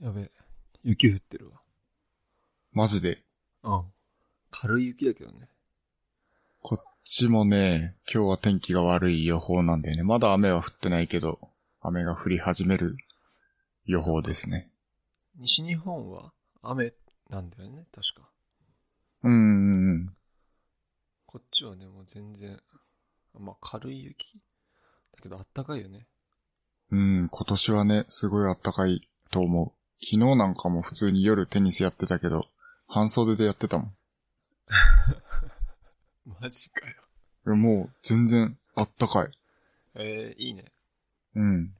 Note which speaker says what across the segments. Speaker 1: やべえ。雪降ってる
Speaker 2: マジで。
Speaker 1: わ。うん。軽い雪だけどね。
Speaker 2: こっちもね、今日は天気が悪い予報なんだよね。まだ雨は降ってないけど、雨が降り始める予報ですね。
Speaker 1: 西日本は雨なんだよね、確か。
Speaker 2: うーん。
Speaker 1: こっちはね、もう全然、まあ軽い雪。だけどあったかいよね。
Speaker 2: うん、今年はね、すごい暖かいと思う。昨日なんかも普通に夜テニスやってたけど、半袖でやってたもん。
Speaker 1: マジかよ。
Speaker 2: いやもう全然暖かい。
Speaker 1: えー、いいね。
Speaker 2: うん。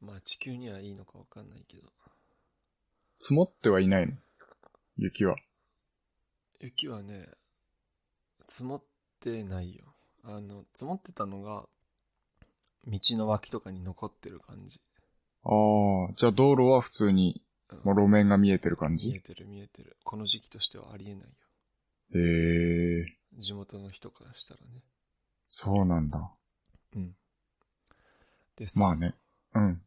Speaker 1: まあ地球にはいいのかわかんないけど。
Speaker 2: 積もってはいないの雪は。
Speaker 1: 雪はね、積もってないよ。あの、積もってたのが、道の脇とかに残ってる感じ。
Speaker 2: ああ、じゃあ道路は普通に、
Speaker 1: うん
Speaker 2: もう路面が見えてる感
Speaker 1: 見え
Speaker 2: じ
Speaker 1: てる見えてる。この時期としてはありえないよ。
Speaker 2: へえ、
Speaker 1: 地元の人からしたらね。
Speaker 2: そうなんだ。
Speaker 1: うん。でさ、
Speaker 2: まあね。うん。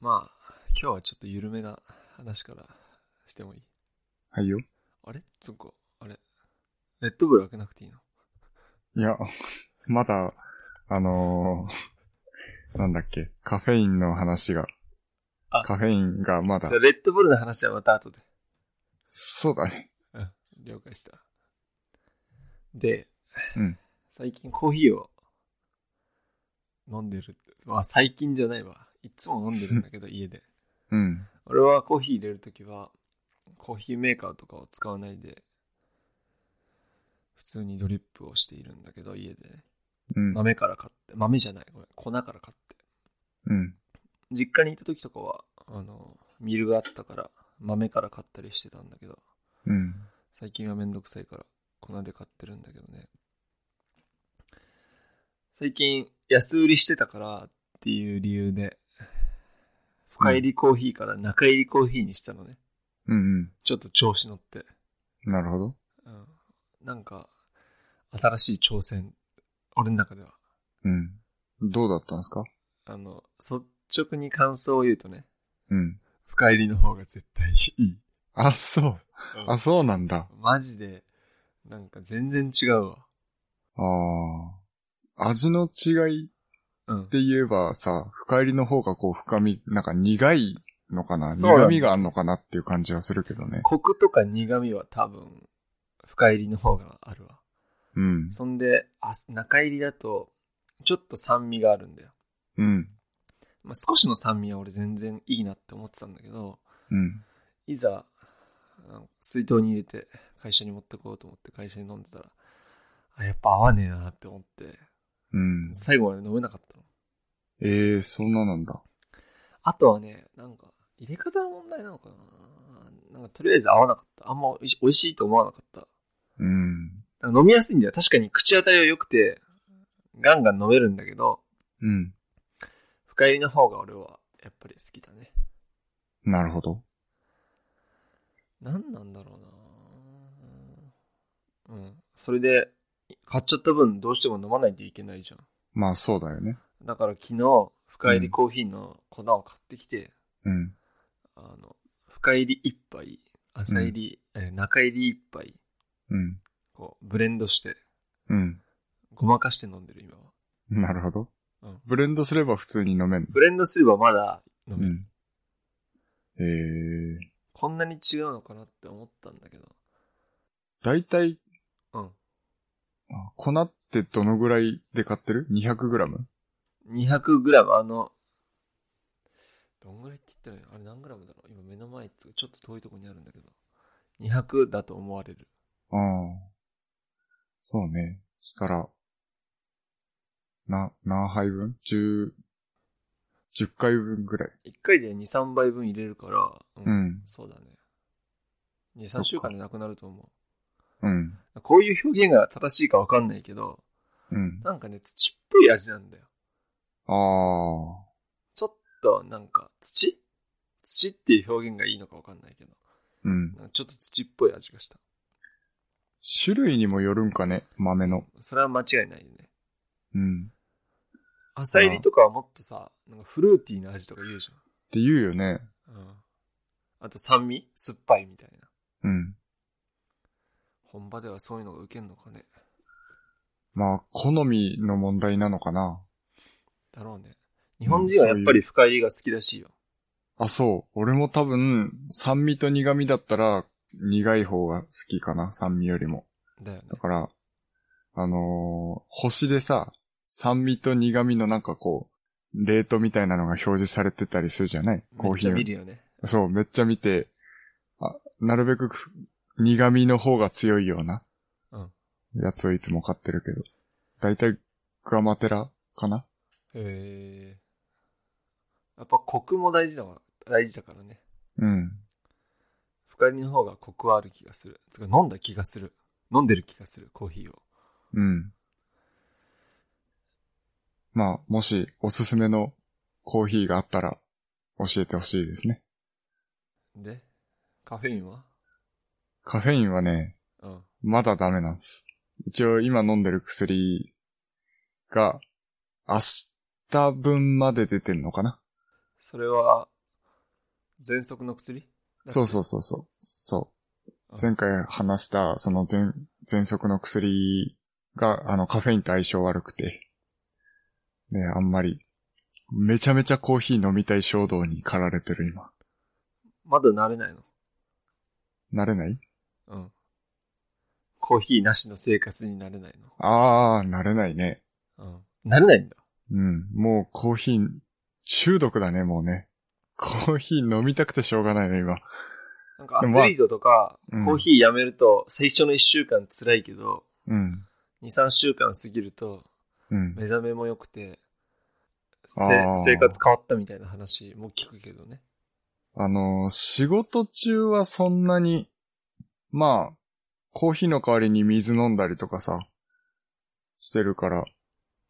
Speaker 1: まあ、今日はちょっと緩めな話からしてもいい
Speaker 2: はいよ。
Speaker 1: あれそっか、あれレッドブル開けなくていいの
Speaker 2: いや、まだ、あのー、なんだっけ、カフェインの話が
Speaker 1: あ。
Speaker 2: カフェインがまだ
Speaker 1: じゃあ。レッドブルの話はまた後で。
Speaker 2: そうだね。
Speaker 1: うん、了解した。で、
Speaker 2: うん
Speaker 1: 最近コーヒーを飲んでるって。まあ最近じゃないわ。いつも飲んでるんだけ ど、家で。
Speaker 2: うん。
Speaker 1: 俺はコーヒー入れるときは、コーヒーメーカーとかを使わないで、普通にドリップをしているんだけど、家でね。
Speaker 2: うん。
Speaker 1: 豆から買って、豆じゃない、ごめん、粉から買って。
Speaker 2: うん。
Speaker 1: 実家にいたときとかは、あの、ミルがあったから、豆から買ったりしてたんだけど、
Speaker 2: うん。
Speaker 1: 最近はめんどくさいから粉で買ってるんだけどね最近安売りしてたからっていう理由で深入りコーヒーから中入りコーヒーにしたのね、
Speaker 2: うん。
Speaker 1: ちょっと調子乗って、
Speaker 2: うん。なるほど。
Speaker 1: うん、なんか新しい挑戦俺の中では
Speaker 2: うん。どうだったんですか
Speaker 1: あの率直に感想を言うとね
Speaker 2: うん。
Speaker 1: 深入りの方が絶対いい、
Speaker 2: あ、そう。
Speaker 1: うん
Speaker 2: あ、そうなんだ。
Speaker 1: マジでなんか全然違うわ
Speaker 2: ああ。味の違い
Speaker 1: うん
Speaker 2: って言えばさ、深入りの方がこう深み、なんか苦いのかな
Speaker 1: そうなんだ
Speaker 2: 苦みがあんのかなっていう感じはするけどね。
Speaker 1: コクとか苦味は多分深入りの方があるわ
Speaker 2: うん。
Speaker 1: そんであ中入りだとちょっと酸味があるんだよ、
Speaker 2: うん。
Speaker 1: まあ、少しの酸味は俺全然いいなって思ってたんだけど
Speaker 2: うん。
Speaker 1: いざあの水筒に入れて会社に持ってこうと思って会社に飲んでたらあやっぱ合わねえなって思って
Speaker 2: うん。
Speaker 1: 最後まで飲めなかったの
Speaker 2: ええー、そんななんだ。
Speaker 1: あとはねなんか入れ方の問題なのかななんかとりあえず合わなかったあんまおいし美味しいと思わなかった
Speaker 2: うん。
Speaker 1: 飲みやすいんだよ。確かに口当たりは良くて、ガンガン飲めるんだけど、
Speaker 2: うん。
Speaker 1: 深入りの方が俺はやっぱり好きだね。
Speaker 2: なるほど。
Speaker 1: 何なんだろうなうん。それで、買っちゃった分どうしても飲まないといけないじゃん。
Speaker 2: まあそうだよね。
Speaker 1: だから昨日、深入りコーヒーの粉を買ってきて、
Speaker 2: うん。
Speaker 1: あの、深入り1杯、浅入り、えー中入り1杯、
Speaker 2: うん。
Speaker 1: こう、ブレンドして、
Speaker 2: うん。
Speaker 1: ごまかして飲んでる今は。
Speaker 2: なるほど。
Speaker 1: うん。
Speaker 2: ブレンドすれば普通に飲める。
Speaker 1: ブレンドすればまだ飲
Speaker 2: う
Speaker 1: める。
Speaker 2: ん。ええー。
Speaker 1: こんなに違うのかなって思ったんだけど。
Speaker 2: 大体、
Speaker 1: うん。
Speaker 2: あ粉ってどのぐらいで買ってる ?200g?
Speaker 1: 200g、あの、どんぐらいって言ったらいいのあれ何 g だろう今目の前っつうちょっと遠いところにあるんだけど。200だと思われる。
Speaker 2: ああ。そうね。そしたら、な、何杯分 ?10、10回分ぐらい。
Speaker 1: 1回で2、3杯分入れるから、
Speaker 2: うん。
Speaker 1: そうだね。2、3週間でなくなると思
Speaker 2: うん。
Speaker 1: う。こういう表現が正しいかわかんないけど、
Speaker 2: うん。
Speaker 1: なんかね、土っぽい味なんだよ。
Speaker 2: ああ。
Speaker 1: ちょっとなんか、土土っていう表現がいいのかわかんないけど、
Speaker 2: うん。
Speaker 1: なんかちょっと土っぽい味がした。
Speaker 2: 種類にもよるんかね豆の。
Speaker 1: それは間違いないよね。
Speaker 2: うん。
Speaker 1: 浅入りとかはもっとさ、なんかフルーティーな味とか言うじゃん。
Speaker 2: って言うよね。
Speaker 1: うん。あと酸味酸っぱいみたいな。
Speaker 2: うん。
Speaker 1: 本場ではそういうのが受けんのかね。
Speaker 2: まあ、好みの問題なのかな。
Speaker 1: だろうね。日本人はやっぱり深入りが好きらしいよ。
Speaker 2: あ、そう。俺も多分、酸味と苦味だったら、苦い方が好きかな。酸味よりも。
Speaker 1: だよね
Speaker 2: だ。から、あのー星でさ、酸味と苦味のなんかこう、レートみたいなのが表示されてたりするじゃないコーヒ
Speaker 1: めっちゃ見
Speaker 2: ー
Speaker 1: るよね。
Speaker 2: を。そう、めっちゃ見て、あ、なるべくふ苦味の方が強いような、
Speaker 1: うん
Speaker 2: やつをいつも買ってるけど。だいたい、グアマテラかな
Speaker 1: へえ。やっぱコクも大事だわ。大事だからね。
Speaker 2: うん。
Speaker 1: 深入りの方がコクはある気がする。つうか飲んだ気がする。飲んでる気がする、コーヒーを。
Speaker 2: うん。まあ、もし、おすすめのコーヒーがあったら、教えてほしいですね。
Speaker 1: で、カフェインは
Speaker 2: カフェインはね、
Speaker 1: うん。
Speaker 2: まだダメなんです。一応今飲んでる薬が、明日分まで出てんのかな
Speaker 1: それは、喘息の薬
Speaker 2: そうそうそうそう。そ
Speaker 1: う
Speaker 2: う
Speaker 1: ん。
Speaker 2: 前回話した、その全、喘息の薬が、あの、カフェインと相性悪くて、ね、あんまり、めちゃめちゃコーヒー飲みたい衝動に駆られてる今。
Speaker 1: まだ慣れないの
Speaker 2: 慣れない
Speaker 1: うん。コーヒーなしの生活になれない
Speaker 2: あー、慣れないね。
Speaker 1: の。うん。なれないんだ。
Speaker 2: うん、もうコーヒー、中毒だね、もうね。コーヒー飲みたくてしょうがないね、今。
Speaker 1: なんかアスリートとか、
Speaker 2: でもまあうん
Speaker 1: コーヒーやめると最初の1週間辛いけど、
Speaker 2: うん。
Speaker 1: 2、3週間過ぎると
Speaker 2: うん。
Speaker 1: 目覚めも良くて、せ
Speaker 2: あー
Speaker 1: 生活変わったみたいな話も聞くけどね。
Speaker 2: あのー仕事中はそんなに、まあ、コーヒーの代わりに水飲んだりとかさ、してるから、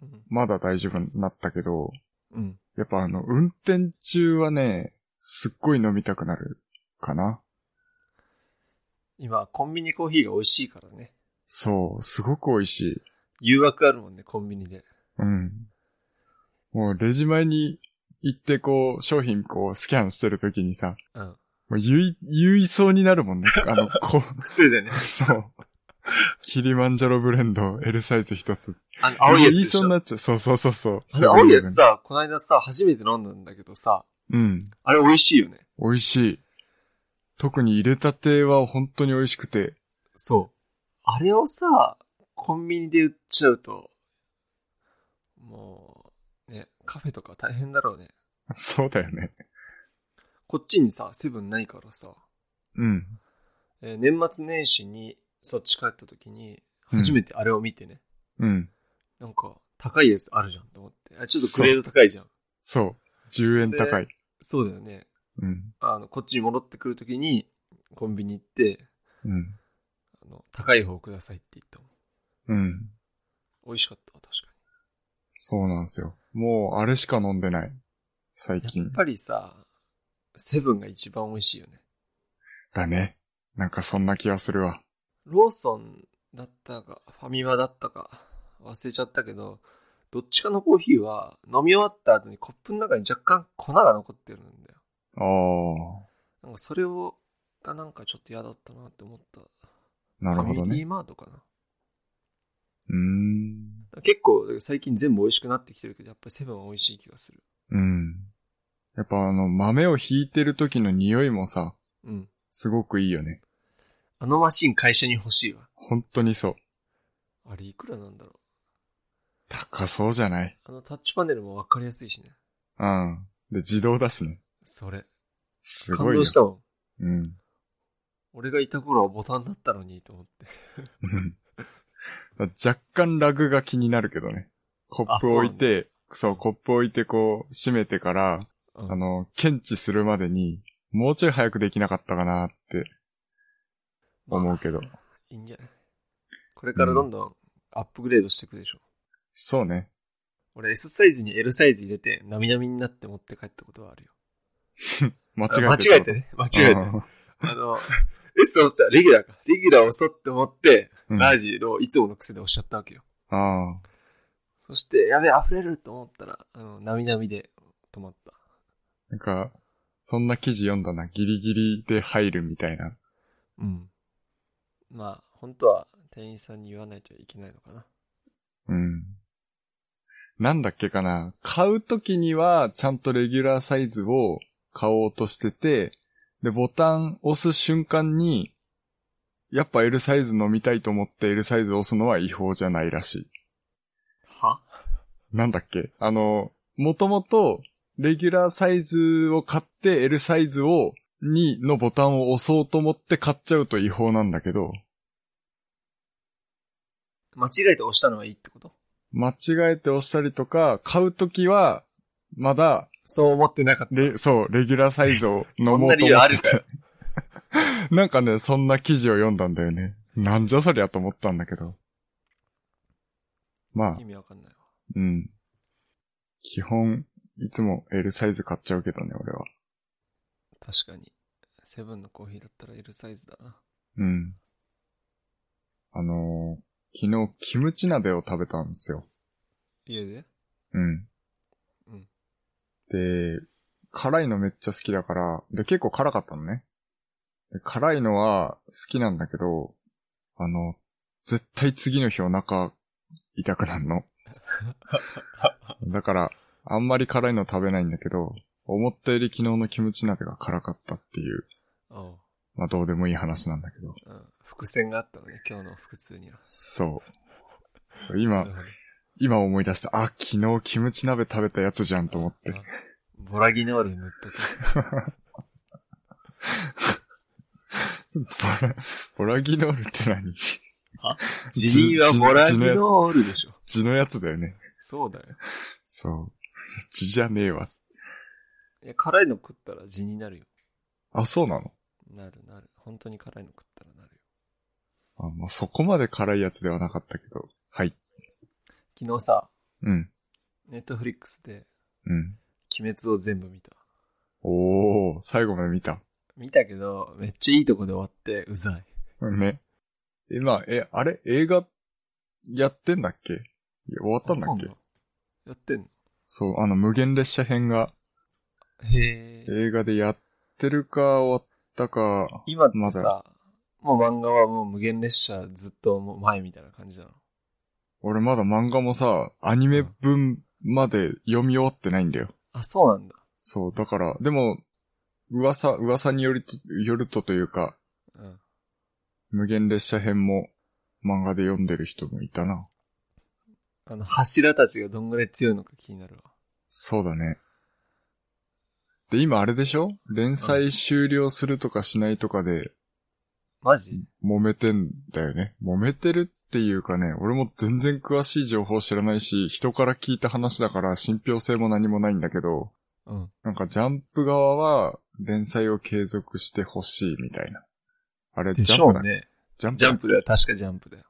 Speaker 1: うん。
Speaker 2: まだ大丈夫になったけど、
Speaker 1: うん。
Speaker 2: やっぱあの、運転中はね、すっごい飲みたくなるかな。
Speaker 1: 今、コンビニコーヒーが美味しいからね。
Speaker 2: そう、すごく美味しい。
Speaker 1: 誘惑あるもんね、コンビニで。
Speaker 2: うん。もうレジ前に行ってこう、商品こう、スキャンしてるときにさ、
Speaker 1: うん。
Speaker 2: もう言い、言いそうになるもんね。あ の、こ
Speaker 1: 癖でね。
Speaker 2: う、そう。キリマンジャロブレンド L サイズ一つ。
Speaker 1: あの、青いやつで
Speaker 2: 言い
Speaker 1: し
Speaker 2: そう
Speaker 1: ょ。
Speaker 2: になっちゃう。そうそうそうそう。
Speaker 1: あの青いやつさ、この間さ、初めて飲んだんだけどさ、
Speaker 2: うん。
Speaker 1: あれ美味しいよね。
Speaker 2: 美味しい。特に入れたては本当に美味しくて。
Speaker 1: そう。あれをさ、コンビニで売っちゃうと、もう、ね、カフェとか大変だろうね。
Speaker 2: そうだよね。
Speaker 1: こっちにさ、セブンないからさ、
Speaker 2: うん。
Speaker 1: えー年末年始にそっち帰った時に、
Speaker 2: うん
Speaker 1: 初めてあれを見てね、
Speaker 2: うん。
Speaker 1: なんか、高いやつあるじゃんと思って。あ、ちょっとグレード高いじゃん。
Speaker 2: そう。10円高い。
Speaker 1: そうだよね。
Speaker 2: うん。
Speaker 1: あの、こっちに戻ってくる時に、コンビニ行って、
Speaker 2: うん。
Speaker 1: あの、高い方くださいって言ったもん。
Speaker 2: うん。
Speaker 1: 美味しかったわ、確か
Speaker 2: そうなんですよ。もう、あれしか飲んでない。最
Speaker 1: に。や
Speaker 2: 近
Speaker 1: っ。ぱりさ、セブンが一番美味しいよね。
Speaker 2: だね。なんかそんな気がするわ。
Speaker 1: ローソンだったか、ファミマだったか、忘れちゃったけど、どっちかのコーヒーは飲み終わった後にコップの中に若干粉が残ってるんだよ。
Speaker 2: ああ。
Speaker 1: なんかそれを、がなんかちょっと嫌だったなって思った。
Speaker 2: なるほど
Speaker 1: ファミリ
Speaker 2: ね。
Speaker 1: ーマートかな。だか
Speaker 2: うーん。
Speaker 1: ら結構最近全部美味しくなってきてるけど、やっぱりセブンは美味しい気がする。
Speaker 2: うん。やっぱあの、豆を引いてる時の匂いもさ、
Speaker 1: うん。
Speaker 2: すごくいいよね。
Speaker 1: あのマシン会社に欲しいわ。
Speaker 2: 本当にそう。
Speaker 1: あれいくらなんだろう。
Speaker 2: 高そうじゃない。
Speaker 1: あのタッチパネルもわかりやすいしね。
Speaker 2: うん。で、自動だしね。
Speaker 1: それ。
Speaker 2: すご
Speaker 1: 感
Speaker 2: いよ。
Speaker 1: 動したもん。
Speaker 2: うん。
Speaker 1: 俺がいた頃はボタンだったのにと思って。
Speaker 2: うん 若干ラグが気になるけどね。コッ
Speaker 1: あ
Speaker 2: プ
Speaker 1: そう
Speaker 2: 置
Speaker 1: ないんだ
Speaker 2: て、そう、コップ置いてこう、閉めてから、
Speaker 1: うん
Speaker 2: あの、検知するまでに、もうちょい早くできなかったかなって
Speaker 1: まあ
Speaker 2: 思うけど。
Speaker 1: いいんじゃないこれからどんどんアップグレードしていくでしょ。
Speaker 2: そうね。
Speaker 1: 俺 S サイズに L サイズ入れて、なみなみになって持って帰ったことはあるよ。
Speaker 2: 間
Speaker 1: あ
Speaker 2: 違えてる。
Speaker 1: 間違えてね。間違えて。あの、S をさ、レギュラーか。レギュラーをそって思って、
Speaker 2: うん。
Speaker 1: ラージのいつもの癖で押しちゃったわけよ。
Speaker 2: ああ。
Speaker 1: そして、やべえ、溢れると思ったら、あの、なみなみで止まった。
Speaker 2: なんか、そんな記事読んだな、ギリギリで入るみたいな。
Speaker 1: うん。まあ、本当は店員さんに言わないといけないのかな。
Speaker 2: うん。なんだっけかな。買うときには、ちゃんとレギュラーサイズを買おうとしてて、で、ボタン押す瞬間に、やっぱ L サイズ飲みたいと思って L サイズ押すのは違法じゃないらしい。
Speaker 1: は
Speaker 2: なんだっけあの、もともと、レギュラーサイズを買って L サイズを、にのボタンを押そうと思って買っちゃうと違法なんだけど、
Speaker 1: 間違えて押したのはいいってこと
Speaker 2: 間違えて押したりとか、買うときは、まだ、
Speaker 1: そう思ってなかった。
Speaker 2: レ、そう、レギュラーサイズを 飲
Speaker 1: そん
Speaker 2: も
Speaker 1: な
Speaker 2: う
Speaker 1: 理
Speaker 2: と思
Speaker 1: 由あ
Speaker 2: って
Speaker 1: るか
Speaker 2: て
Speaker 1: よ。
Speaker 2: なんかね、そんな記事を読んだんだよね。なんじゃそりゃと思ったんだけど。まあ
Speaker 1: 意、味わかんないわ。
Speaker 2: うん。基本、いつも L サイズ買っちゃうけどね、俺は。
Speaker 1: 確かに。セブンのコーヒーだったら L サイズだな。
Speaker 2: うん。あのー昨日、キムチ鍋を食べたんですよ。
Speaker 1: 家で
Speaker 2: うん。
Speaker 1: うん
Speaker 2: で、辛いのめっちゃ好きだから、で、結構辛かったのね。で辛いのは好きなんだけど、あの、絶対次の日お腹痛くなる の。だから、あんまり辛いの食べないんだけど、思ったより昨日のキムチ鍋が辛かったっていう、
Speaker 1: おう。
Speaker 2: まあどうでもいい話なんだけど。
Speaker 1: うん。伏線があったのね、今日の腹痛には。
Speaker 2: そう。そう
Speaker 1: な
Speaker 2: 今
Speaker 1: る、ほど
Speaker 2: 今思い出した。あ、昨日キムチ鍋食べたやつじゃんと思って。
Speaker 1: あボラギノール塗っとけ。
Speaker 2: ボラ、ボラギノールって何
Speaker 1: 辞任はボラギノールでしょ。
Speaker 2: 地のやつだよね。
Speaker 1: そうだよ。
Speaker 2: そう。地じゃねえわ。
Speaker 1: いや、辛いの食ったら地になるよ。
Speaker 2: あ、そうなの
Speaker 1: なるなる。本当に辛いの食ったらなるよ。
Speaker 2: あ、まあ、そこまで辛いやつではなかったけど。はい。
Speaker 1: 昨日さ、
Speaker 2: うん。
Speaker 1: ネットフリックスで
Speaker 2: うん。
Speaker 1: 鬼滅を全部見た。
Speaker 2: おー、最後まで見た。
Speaker 1: 見たけど、めっちゃいいとこで終わって、うざい。
Speaker 2: ね。今、え、あれ映画、やってんだっけいや終わった
Speaker 1: あ
Speaker 2: んだっけ
Speaker 1: そうなのやってんの
Speaker 2: そう、あの、無限列車編が
Speaker 1: へえ。
Speaker 2: 映画でやってるか終わったか。
Speaker 1: 今って
Speaker 2: ま
Speaker 1: さ、もう漫画はもう無限列車ずっともう前みたいな感じなの。
Speaker 2: 俺まだ漫画もさ、アニメ分まで読み終わってないんだよ。
Speaker 1: あ、そうなんだ。
Speaker 2: そう、だから、でも、噂、噂によりと、よるとというか、
Speaker 1: うん。
Speaker 2: 無限列車編も漫画で読んでる人もいたな。
Speaker 1: あの、柱たちがどんぐらい強いのか気になるわ。
Speaker 2: そうだね。で、今あれでしょ連載終了するとかしないとかで
Speaker 1: マジ
Speaker 2: 揉めてんだよね。揉めてるっていうかね、俺も全然詳しい情報知らないし、人から聞いた話だから信憑性も何もないんだけど、
Speaker 1: うん。
Speaker 2: なんかジャンプ側は連載を継続してほしいみたいな。あれ、ジ
Speaker 1: でし
Speaker 2: ャン
Speaker 1: ょ
Speaker 2: プ
Speaker 1: う
Speaker 2: だね。
Speaker 1: ね。
Speaker 2: ジャンプ
Speaker 1: ジ
Speaker 2: だ
Speaker 1: ャンプだよ。確かジャンプだよ。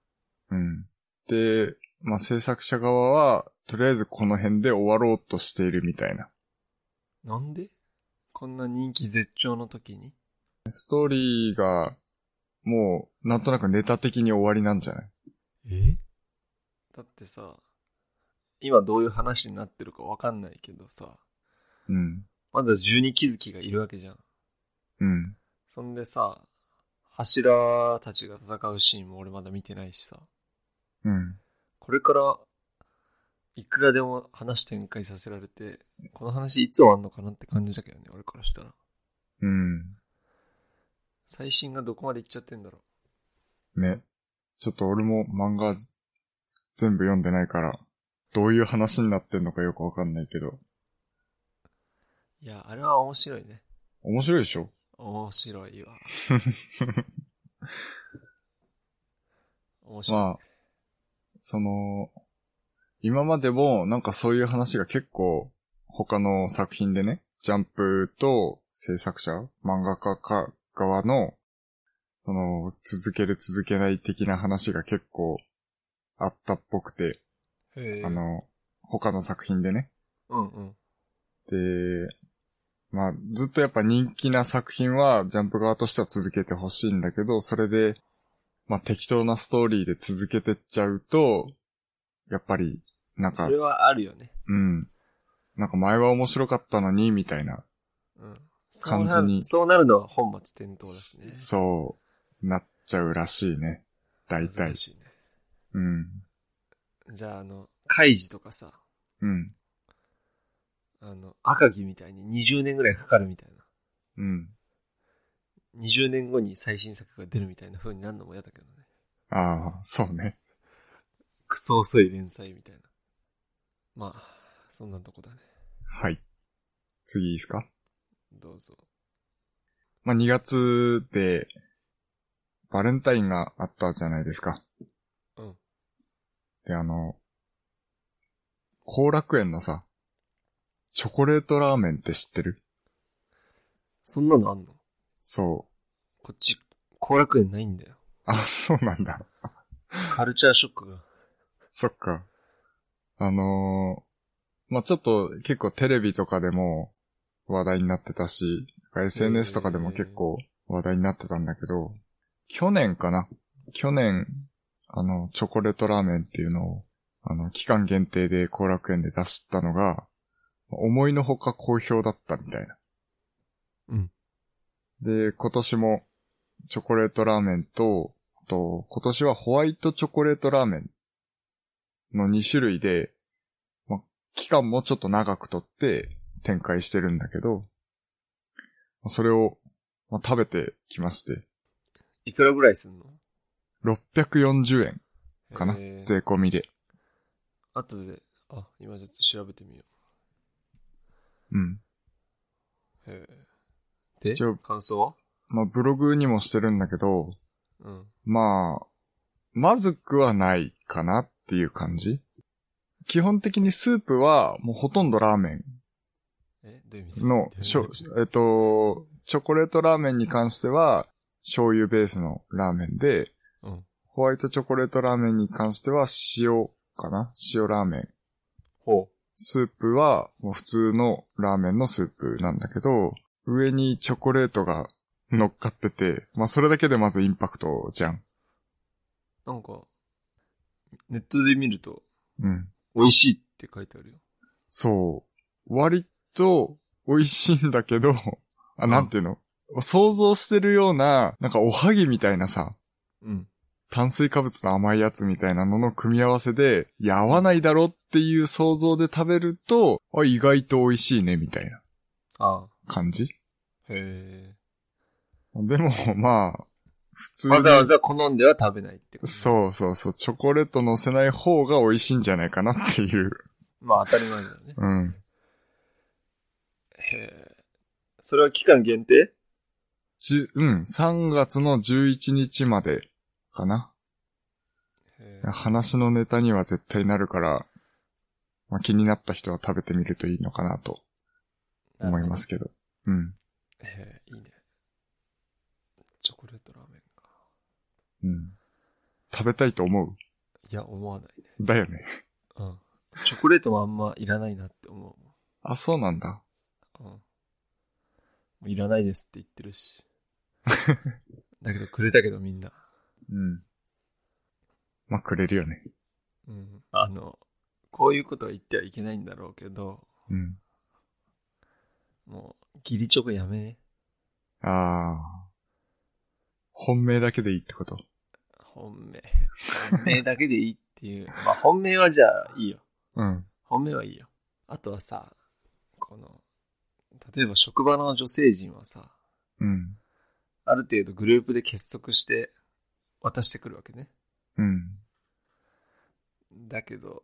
Speaker 2: うん。で、まあ、制作者側は、とりあえずこの辺で終わろうとしているみたいな。
Speaker 1: なんでこんな人気絶頂の時に
Speaker 2: ストーリーが、もう、なんとなくネタ的に終わりなんじゃない
Speaker 1: えだってさ、今どういう話になってるかわかんないけどさ、
Speaker 2: うん。
Speaker 1: まだ12気づきがいるわけじゃん。
Speaker 2: うん。
Speaker 1: そんでさ、柱たちが戦うシーンも俺まだ見てないしさ、
Speaker 2: うん。
Speaker 1: これからいくらでも話展開させられて、この話いつ終わんのかなって感じだけどね、俺からしたら。
Speaker 2: うん。
Speaker 1: 最新がどこまで行っちゃってんだろ
Speaker 2: ね。ちょっと俺も漫画全部読んでないから、どういう話になってんのかよくわかんないけど、
Speaker 1: う。いや、あれは面白いね。
Speaker 2: 面白いでしょ
Speaker 1: 面白い わ。面白い。
Speaker 2: まあ、その、今までもなんかそういう話が結構他の作品でね、ジャンプと制作者、漫画家か側の、その、続ける続けない的な話が結構あったっぽくて、
Speaker 1: へえ
Speaker 2: あの、他の作品でね。
Speaker 1: うんうん。
Speaker 2: で、まあ、ずっとやっぱ人気な作品は、ジャンプ側としては続けてほしいんだけど、それで、まあ適当なストーリーで続けてっちゃうと、やっぱり、なんか
Speaker 1: それ、はあるよね。
Speaker 2: うん。なんか前は面白かったのに、みたいな。
Speaker 1: うん。そうな
Speaker 2: 完全
Speaker 1: る
Speaker 2: に
Speaker 1: そうなるのは本末転倒だしね。
Speaker 2: そう、なっちゃうらしいね。大体
Speaker 1: 難。しいね。
Speaker 2: うん。
Speaker 1: じゃあ、あの、カイジとかさ、
Speaker 2: うん。
Speaker 1: あの、赤木みたいに20年ぐらいかかるみたいな。
Speaker 2: うん。
Speaker 1: 20年後に最新作が出るみたいな風になるのも嫌だけどね。
Speaker 2: ああ、そうね。
Speaker 1: クソ遅い連載みたいな。まあ、そんなとこだね。
Speaker 2: はい。次いいですか
Speaker 1: どうぞ。
Speaker 2: まあ、2月で、バレンタインがあったじゃないですか。
Speaker 1: うん。
Speaker 2: で、あの、後楽園のさ、チョコレートラーメンって知ってる
Speaker 1: そんなのあんの
Speaker 2: そう。
Speaker 1: こっち、後楽園ないんだよ。
Speaker 2: あ、そうなんだ。
Speaker 1: カルチャーショックが。
Speaker 2: そっか。あのーまあ、ちょっと結構テレビとかでも話題になってたし、SNS とかでも結構話題になってたんだけど、去年かな去年、あの、チョコレートラーメンっていうのを、あの、期間限定で後楽園で出したのが、思いのほか好評だったみたいな。
Speaker 1: うん。
Speaker 2: で、今年もチョコレートラーメンと、あと、今年はホワイトチョコレートラーメンの2種類で、ま、期間もちょっと長くとって展開してるんだけど、まそれを、ま、食べてきまして、
Speaker 1: いくらぐらいすんの
Speaker 2: 640円かな、
Speaker 1: えー
Speaker 2: 税込みで。
Speaker 1: 後で、あ、今ちょっと調べてみよ
Speaker 2: うん。
Speaker 1: う。へえで
Speaker 2: じゃあ、
Speaker 1: 感想は
Speaker 2: ま、ブログにもしてるんだけど、
Speaker 1: うん。
Speaker 2: まあ、まずくはないかなっていう感じ。基本的にスープはもうほとんどラーメン
Speaker 1: え、どういう意味だ
Speaker 2: の、しょ、えっと、チョコレートラーメンに関しては、醤油ベースのラーメンで、
Speaker 1: うん。
Speaker 2: ホワイトチョコレートラーメンに関しては、塩かな塩ラーメン。
Speaker 1: ほ
Speaker 2: スープは、もう普通のラーメンのスープなんだけど、上にチョコレートが乗っかってて、まあそれだけでまずインパクトじゃん。
Speaker 1: う。なんか、ネットで見ると、
Speaker 2: うん。
Speaker 1: 美味しいって書いてあるよ。
Speaker 2: そう。割と美味しいんだけど、あ、なんていうの、想像してるような、なんかおはぎみたいなさ、
Speaker 1: うん。
Speaker 2: 炭水化物と甘いやつみたいなのの組み合わせで、いや、合わないだろっていう想像で食べると、あ、意外と美味しいね、みたいな
Speaker 1: あ
Speaker 2: 感じ
Speaker 1: あ。へ
Speaker 2: でも、 まあ、普通
Speaker 1: え。
Speaker 2: に。
Speaker 1: わざわざ好んでは食べないってこと、
Speaker 2: そうそうそう、チョコレート乗せない方が美味しいんじゃないかなっていう。
Speaker 1: まあ当たり前だよね。
Speaker 2: うん。
Speaker 1: へえ。それは期間限定
Speaker 2: じゅ、うん、3月の11日までかな。
Speaker 1: へえ
Speaker 2: 話のネタには絶対なるから、まあ、気になった人は食べてみるといいのかなと思いま。すけど。う
Speaker 1: な
Speaker 2: ん。
Speaker 1: るほどへえ、いいね。チョコレートラーメンか。
Speaker 2: うん。食べたいと思う
Speaker 1: いや、思わないね。
Speaker 2: だよね。
Speaker 1: うん。チョコレートもあんまいらないなって思
Speaker 2: あ、そうなんだ。
Speaker 1: うもん。うん。もういらないですって言ってる し。だけどくれたけどみんな。
Speaker 2: うん。まあ、くれるよね。
Speaker 1: うん。あの、こういうことは言ってはいけないんだろうけど、
Speaker 2: うん。
Speaker 1: もう、ギリチョコやめね。
Speaker 2: ああ。本命だけでいいってこと
Speaker 1: 本命。本命だけでいいっていう。 まあ本命はじゃあいいよ。
Speaker 2: うん。
Speaker 1: 本命はいいよ。あとはさ、この、例えば職場の女性陣はさ、
Speaker 2: うん。
Speaker 1: ある程度グループで結束して渡してくるわけね。
Speaker 2: うん。
Speaker 1: だけど、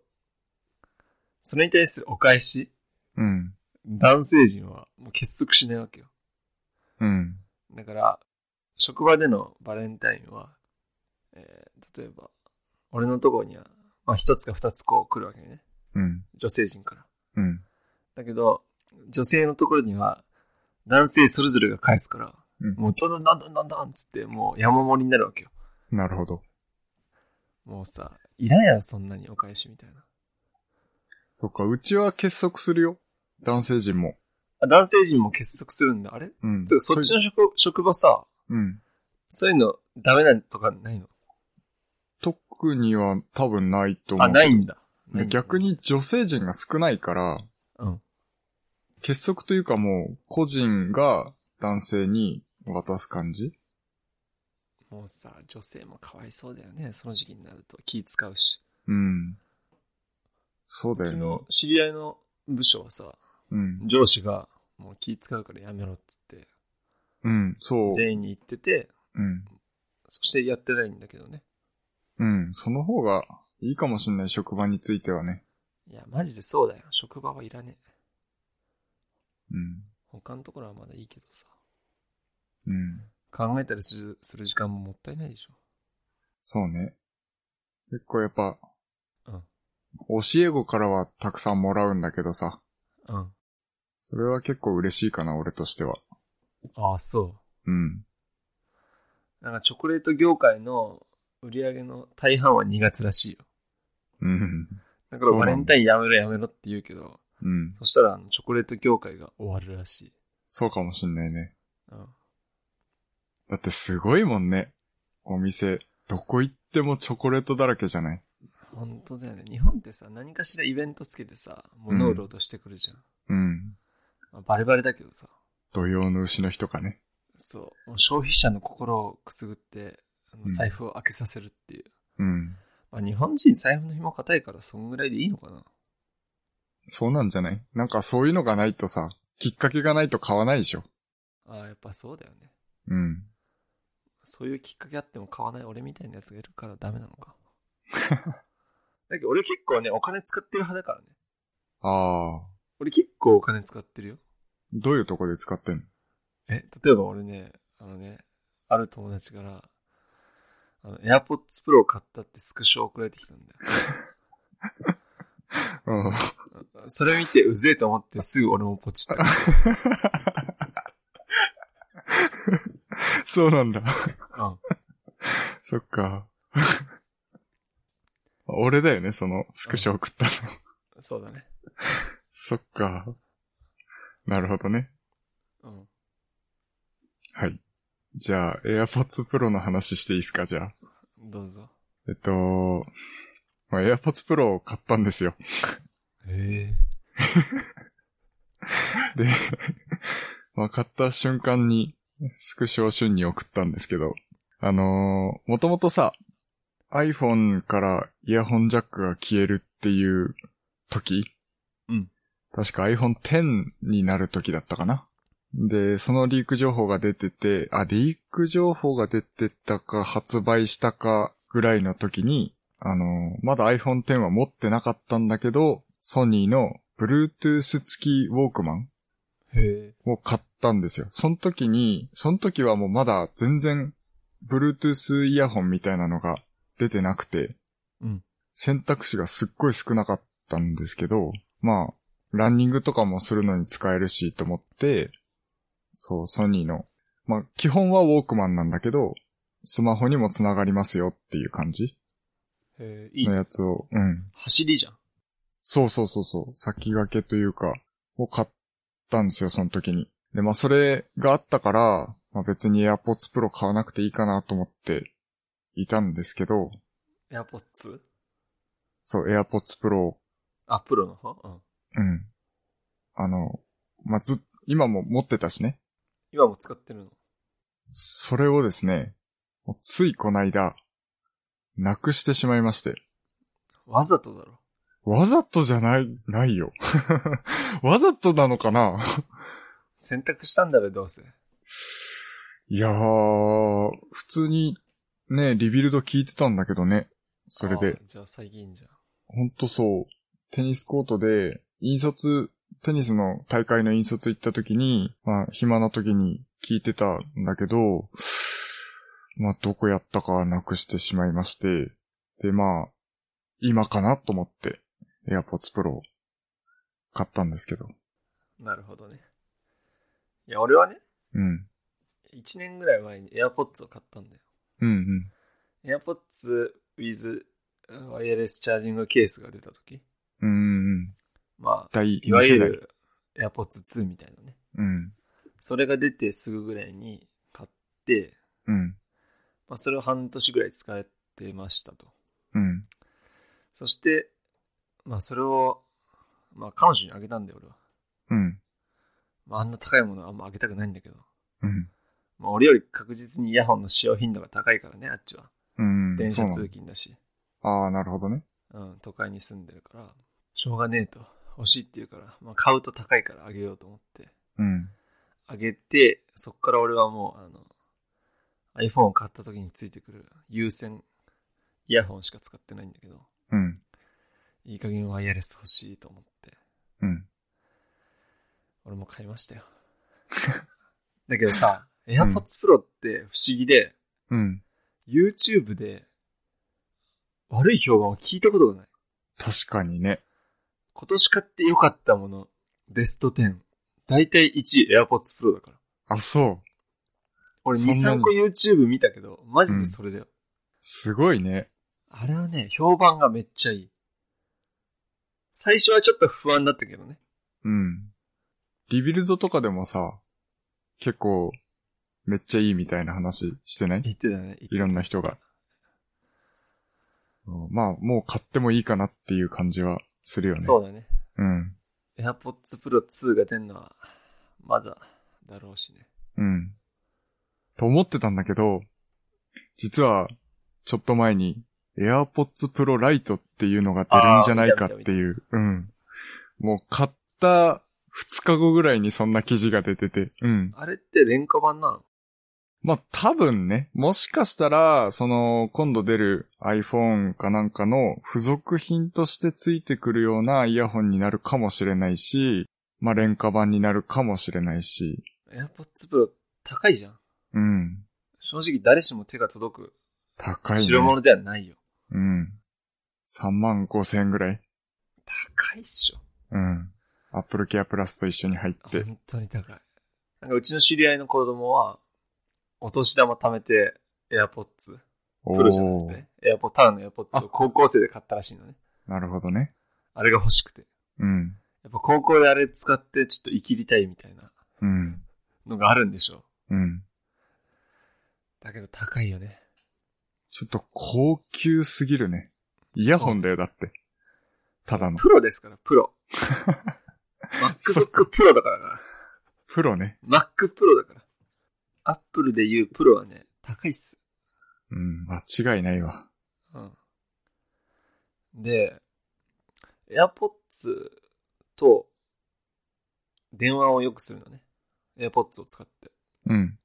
Speaker 1: それに対するお返し、
Speaker 2: うん。
Speaker 1: 男性陣はもう結束しないわけよ。
Speaker 2: うん。
Speaker 1: だから、職場でのバレンタインは、えー例えば、俺のところには、まあ一つか二つこう来るわけね。
Speaker 2: うん。
Speaker 1: 女性陣から。
Speaker 2: うん。
Speaker 1: だけど、女性のところには、男性それぞれが返すから、
Speaker 2: うん
Speaker 1: もうどんどんどんどんどんどんっつって、もう山盛りになるわけよ。
Speaker 2: なるほど。
Speaker 1: もうさ、いらんやろ、そんなにお返しみたいな。
Speaker 2: そっか、うちは結束するよ。男性陣も。
Speaker 1: あ男性陣も結束するんだ。あれ
Speaker 2: うん。
Speaker 1: つうかそっちの職職場さ、
Speaker 2: うん。
Speaker 1: そういうのダメなんとかないの
Speaker 2: 特には多分ないと思う。
Speaker 1: あ、ないんだ。ないんだ
Speaker 2: 逆。に女性陣が少ないから、
Speaker 1: うん。
Speaker 2: 結束というかもう個人が男性に渡す感じ
Speaker 1: もうさ、女性もかわいそうだよね。その時期になると気使うし。
Speaker 2: うん。そうだ
Speaker 1: う
Speaker 2: よ
Speaker 1: ち
Speaker 2: ね。
Speaker 1: の知り合いの部署はさ、
Speaker 2: うん。
Speaker 1: 上司がもう気使うからやめろっつって、
Speaker 2: うん、そう。
Speaker 1: 全員に言ってて、
Speaker 2: うん。
Speaker 1: そしてやってないんだけどね。
Speaker 2: うん、その方がいいかもしんない、職場についてはね。
Speaker 1: いや、マジでそうだよ。職場はいらねえ。
Speaker 2: うん。
Speaker 1: 他のところはまだいいけどさ。
Speaker 2: うん。
Speaker 1: 考えたりするする時間ももったいないでしょ。
Speaker 2: そうね。結構やっぱ、
Speaker 1: うん
Speaker 2: 教え子からはたくさんもらうんだけどさ。
Speaker 1: うん。
Speaker 2: それは結構嬉しいかな、俺としては。
Speaker 1: ああ、そ
Speaker 2: うん。
Speaker 1: う。なんかチョコレート業界の売り上げの大半は2月らしいよ。
Speaker 2: うん。
Speaker 1: だから
Speaker 2: そう
Speaker 1: バ
Speaker 2: なんだ
Speaker 1: レンタインやめろやめろって言うけど、
Speaker 2: うん。
Speaker 1: そしたらあのチョコレート業界が終わるらしい。
Speaker 2: そうかもしんないね。
Speaker 1: うん。
Speaker 2: だってすごいもんね。お店、どこ行ってもチョコレートだらけじゃない。
Speaker 1: 本当だよね。日本ってさ、何かしらイベントつけてさ、物売ろうとしてくるじゃん。
Speaker 2: うん。
Speaker 1: まあバレバレだけどさ。
Speaker 2: 土用の牛の日とかね。
Speaker 1: そう。もう消費者の心をくすぐって、あの
Speaker 2: うん
Speaker 1: 財布を開けさせるっていう。
Speaker 2: うん。
Speaker 1: まあ日本人財布の紐硬いから、そんぐらいでいいのかな。
Speaker 2: そうなんじゃないなんかそういうのがないとさ、きっかけがないと買わないでしょ。
Speaker 1: ああ、やっぱそうだよね。
Speaker 2: うん。
Speaker 1: そういうきっかけあっても買わない俺みたいなやつがいるからダメなのか。だけど俺結構ね、お金使ってる派だからね。
Speaker 2: ああ。
Speaker 1: 俺結構お金使ってるよ。
Speaker 2: どういうとこで使ってんの
Speaker 1: え、例えば俺ね、あのね、ある友達から、あの、AirPods Pro を買ったってスクショ送られてきたん だよ。
Speaker 2: うん。
Speaker 1: それ見てうぜえと思ってすぐ俺もポチった。
Speaker 2: そうなんだ。
Speaker 1: うん。
Speaker 2: そっか。 俺だよね、その、スクショ送ったの。
Speaker 1: そうだね。
Speaker 2: そっか。なるほどね。
Speaker 1: うん。
Speaker 2: はい。じゃあ、AirPods Pro の話していいですか、じゃあ。
Speaker 1: どうぞ。
Speaker 2: えっと、まあ、AirPods Pro を買ったんですよ。
Speaker 1: え
Speaker 2: で、まあ、買った瞬間に、スクショを瞬に送ったんですけど、あのー、もともとさ、iPhone からイヤホンジャックが消えるっていう時
Speaker 1: うん。
Speaker 2: 確か iPhone X になる時だったかな。で、そのリーク情報が出てて、あ、リーク情報が出てたか発売したかぐらいの時に、あのー、まだ iPhone X は持ってなかったんだけど、ソニーの Bluetooth 付きウォークマン
Speaker 1: へえ。
Speaker 2: を買ったんですよ。その時に、その時はもうまだ全然、Bluetooth イヤホンみたいなのが出てなくて、
Speaker 1: うん
Speaker 2: 選択肢がすっごい少なかったんですけど、まあ、ランニングとかもするのに使えるしと思って、そう、ソニーの、まあ、基本はウォークマンなんだけど、スマホにも繋がりますよっていう感じ
Speaker 1: へえ、いい
Speaker 2: の
Speaker 1: ね。
Speaker 2: やつを、うん、
Speaker 1: 走りじゃん。
Speaker 2: そうそうそうそう。先駆けというか、を買ったんですよ、その時に。で、まあ、それがあったから、まあ、別に AirPods Pro 買わなくていいかなと思っていたんですけど、
Speaker 1: AirPods?
Speaker 2: そう、AirPods Pro、
Speaker 1: あ、プロの方うん。
Speaker 2: うん。あの、まあ、ずっ、今も持ってたしね。
Speaker 1: 今も使ってるの。
Speaker 2: それをですね、もうついこの間、なくしてしまいまして。
Speaker 1: わざとだろ。
Speaker 2: わざとじゃない、ないよ。 わざとなのかな
Speaker 1: 選択したんだべ、どうせ。
Speaker 2: いやー、普通に、ね、リビルド聞いてたんだけどね。それで
Speaker 1: あ、あ。じゃあ最近じゃん。
Speaker 2: ほんとそう、テニスコートで、引率、テニスの大会の引率行った時に、まあ、暇な時に聞いてたんだけど、まあ、どこやったかなくしてしまいまして、で、まあ、今かなと思って、AirPods Pro を買ったんですけど。
Speaker 1: なるほどね。いや、俺はね、
Speaker 2: うん。
Speaker 1: 1年ぐらい前に AirPods を買ったんだよ。
Speaker 2: うんうん。
Speaker 1: AirPods with ワイヤレスチャージングケースが出た時
Speaker 2: うんうんうん。
Speaker 1: まあ、
Speaker 2: 第
Speaker 1: いわゆ
Speaker 2: 二世代。
Speaker 1: る AirPods 2みたいなね。
Speaker 2: うん。
Speaker 1: それが出てすぐぐらいに買って、
Speaker 2: うん。
Speaker 1: まあ、それを半年ぐらい使ってましたと。
Speaker 2: うん。
Speaker 1: そして、まあ、それを、まあ、彼女にあげたんだよ、俺は。
Speaker 2: うん。
Speaker 1: まあ、あんな高いものはあんまあげたくないんだけど。
Speaker 2: うん。
Speaker 1: まあ、俺より確実にイヤホンの使用頻度が高いからね、あっちは。
Speaker 2: うん。
Speaker 1: 電
Speaker 2: そ
Speaker 1: 車
Speaker 2: うなの
Speaker 1: 通勤だし。
Speaker 2: ああ、なるほどね。
Speaker 1: うん、都会に住んでるから、しょうがねえと。欲しいって言うから、まあ、買うと高いからあげようと思って。
Speaker 2: うん。
Speaker 1: あげて、そっから俺はもう、あの、iPhone を買った時についてくる有線イヤホンしか使ってないんだけど、
Speaker 2: うん。
Speaker 1: いい加減ワイヤレス欲しいと思って、
Speaker 2: うん。
Speaker 1: 俺も買いましたよ。 だけどさ、AirPods Pro って不思議で、
Speaker 2: うん。
Speaker 1: YouTube で悪い評判を聞いたことがない。
Speaker 2: 確かにね。
Speaker 1: 今年買って良かったもの、ベスト10。大体1位 AirPods Pro だから。
Speaker 2: あ、そう。
Speaker 1: 俺2、
Speaker 2: そんなに
Speaker 1: 3個 YouTube 見たけど、マジでそれだよ。
Speaker 2: すごいね。
Speaker 1: あれはね、評判がめっちゃいい。最初はちょっと不安だったけどね。
Speaker 2: うん。リビルドとかでもさ、結構、めっちゃいいみたいな話してない
Speaker 1: 言ってたね。言ってた
Speaker 2: いろんな人が。うんまあ、もう買ってもいいかなっていう感じはするよね。
Speaker 1: そうだね。
Speaker 2: うん。
Speaker 1: AirPods Pro 2が出るのは、まだだろうしね。
Speaker 2: うん。と思ってたんだけど、実は、ちょっと前に、AirPods Pro Lite っていうのが出るんじゃないかっていう、うん。もう買った2日後ぐらいにそんな記事が出てて、うん。
Speaker 1: あれって廉価版なの
Speaker 2: まあ、多分ね、もしかしたら、その、今度出る iPhone かなんかの付属品としてついてくるようなイヤホンになるかもしれないし、まあ、廉価版になるかもしれないし、
Speaker 1: ?AirPods Pro 高いじゃん。
Speaker 2: うん。
Speaker 1: 正直誰しも手が届く
Speaker 2: 高いね。
Speaker 1: 代物ではないよ。
Speaker 2: うん。3万5千円ぐらい。
Speaker 1: 高いっしょ。
Speaker 2: うん。アップルケアプラスと一緒に入って。
Speaker 1: 本当に高い。なんかうちの知り合いの子供は、お年玉貯めて AirPods
Speaker 2: お
Speaker 1: Pro じゃなく
Speaker 2: ー
Speaker 1: て、AirPod タウンの AirPods を高校生で買ったらしいのね。
Speaker 2: なるほどね。
Speaker 1: あれが欲しくて。
Speaker 2: うん。
Speaker 1: やっぱ高校であれ使ってちょっと生きりたいみたいな
Speaker 2: うん。
Speaker 1: のがあるんでしょ
Speaker 2: うん。
Speaker 1: う。だけど高いよね。
Speaker 2: ちょっと高級すぎるね。イヤホンだよ、だって。ただの。
Speaker 1: プロですから、プ ロ。
Speaker 2: そっ
Speaker 1: MacBook
Speaker 2: か
Speaker 1: Pro だからな。
Speaker 2: プロね。
Speaker 1: Mac Pro だから。Apple で言うプロはね、高いっす。
Speaker 2: うん、間違いないわ。
Speaker 1: うん。で、AirPods と電話をよくするのね。AirPods を使って。
Speaker 2: うん。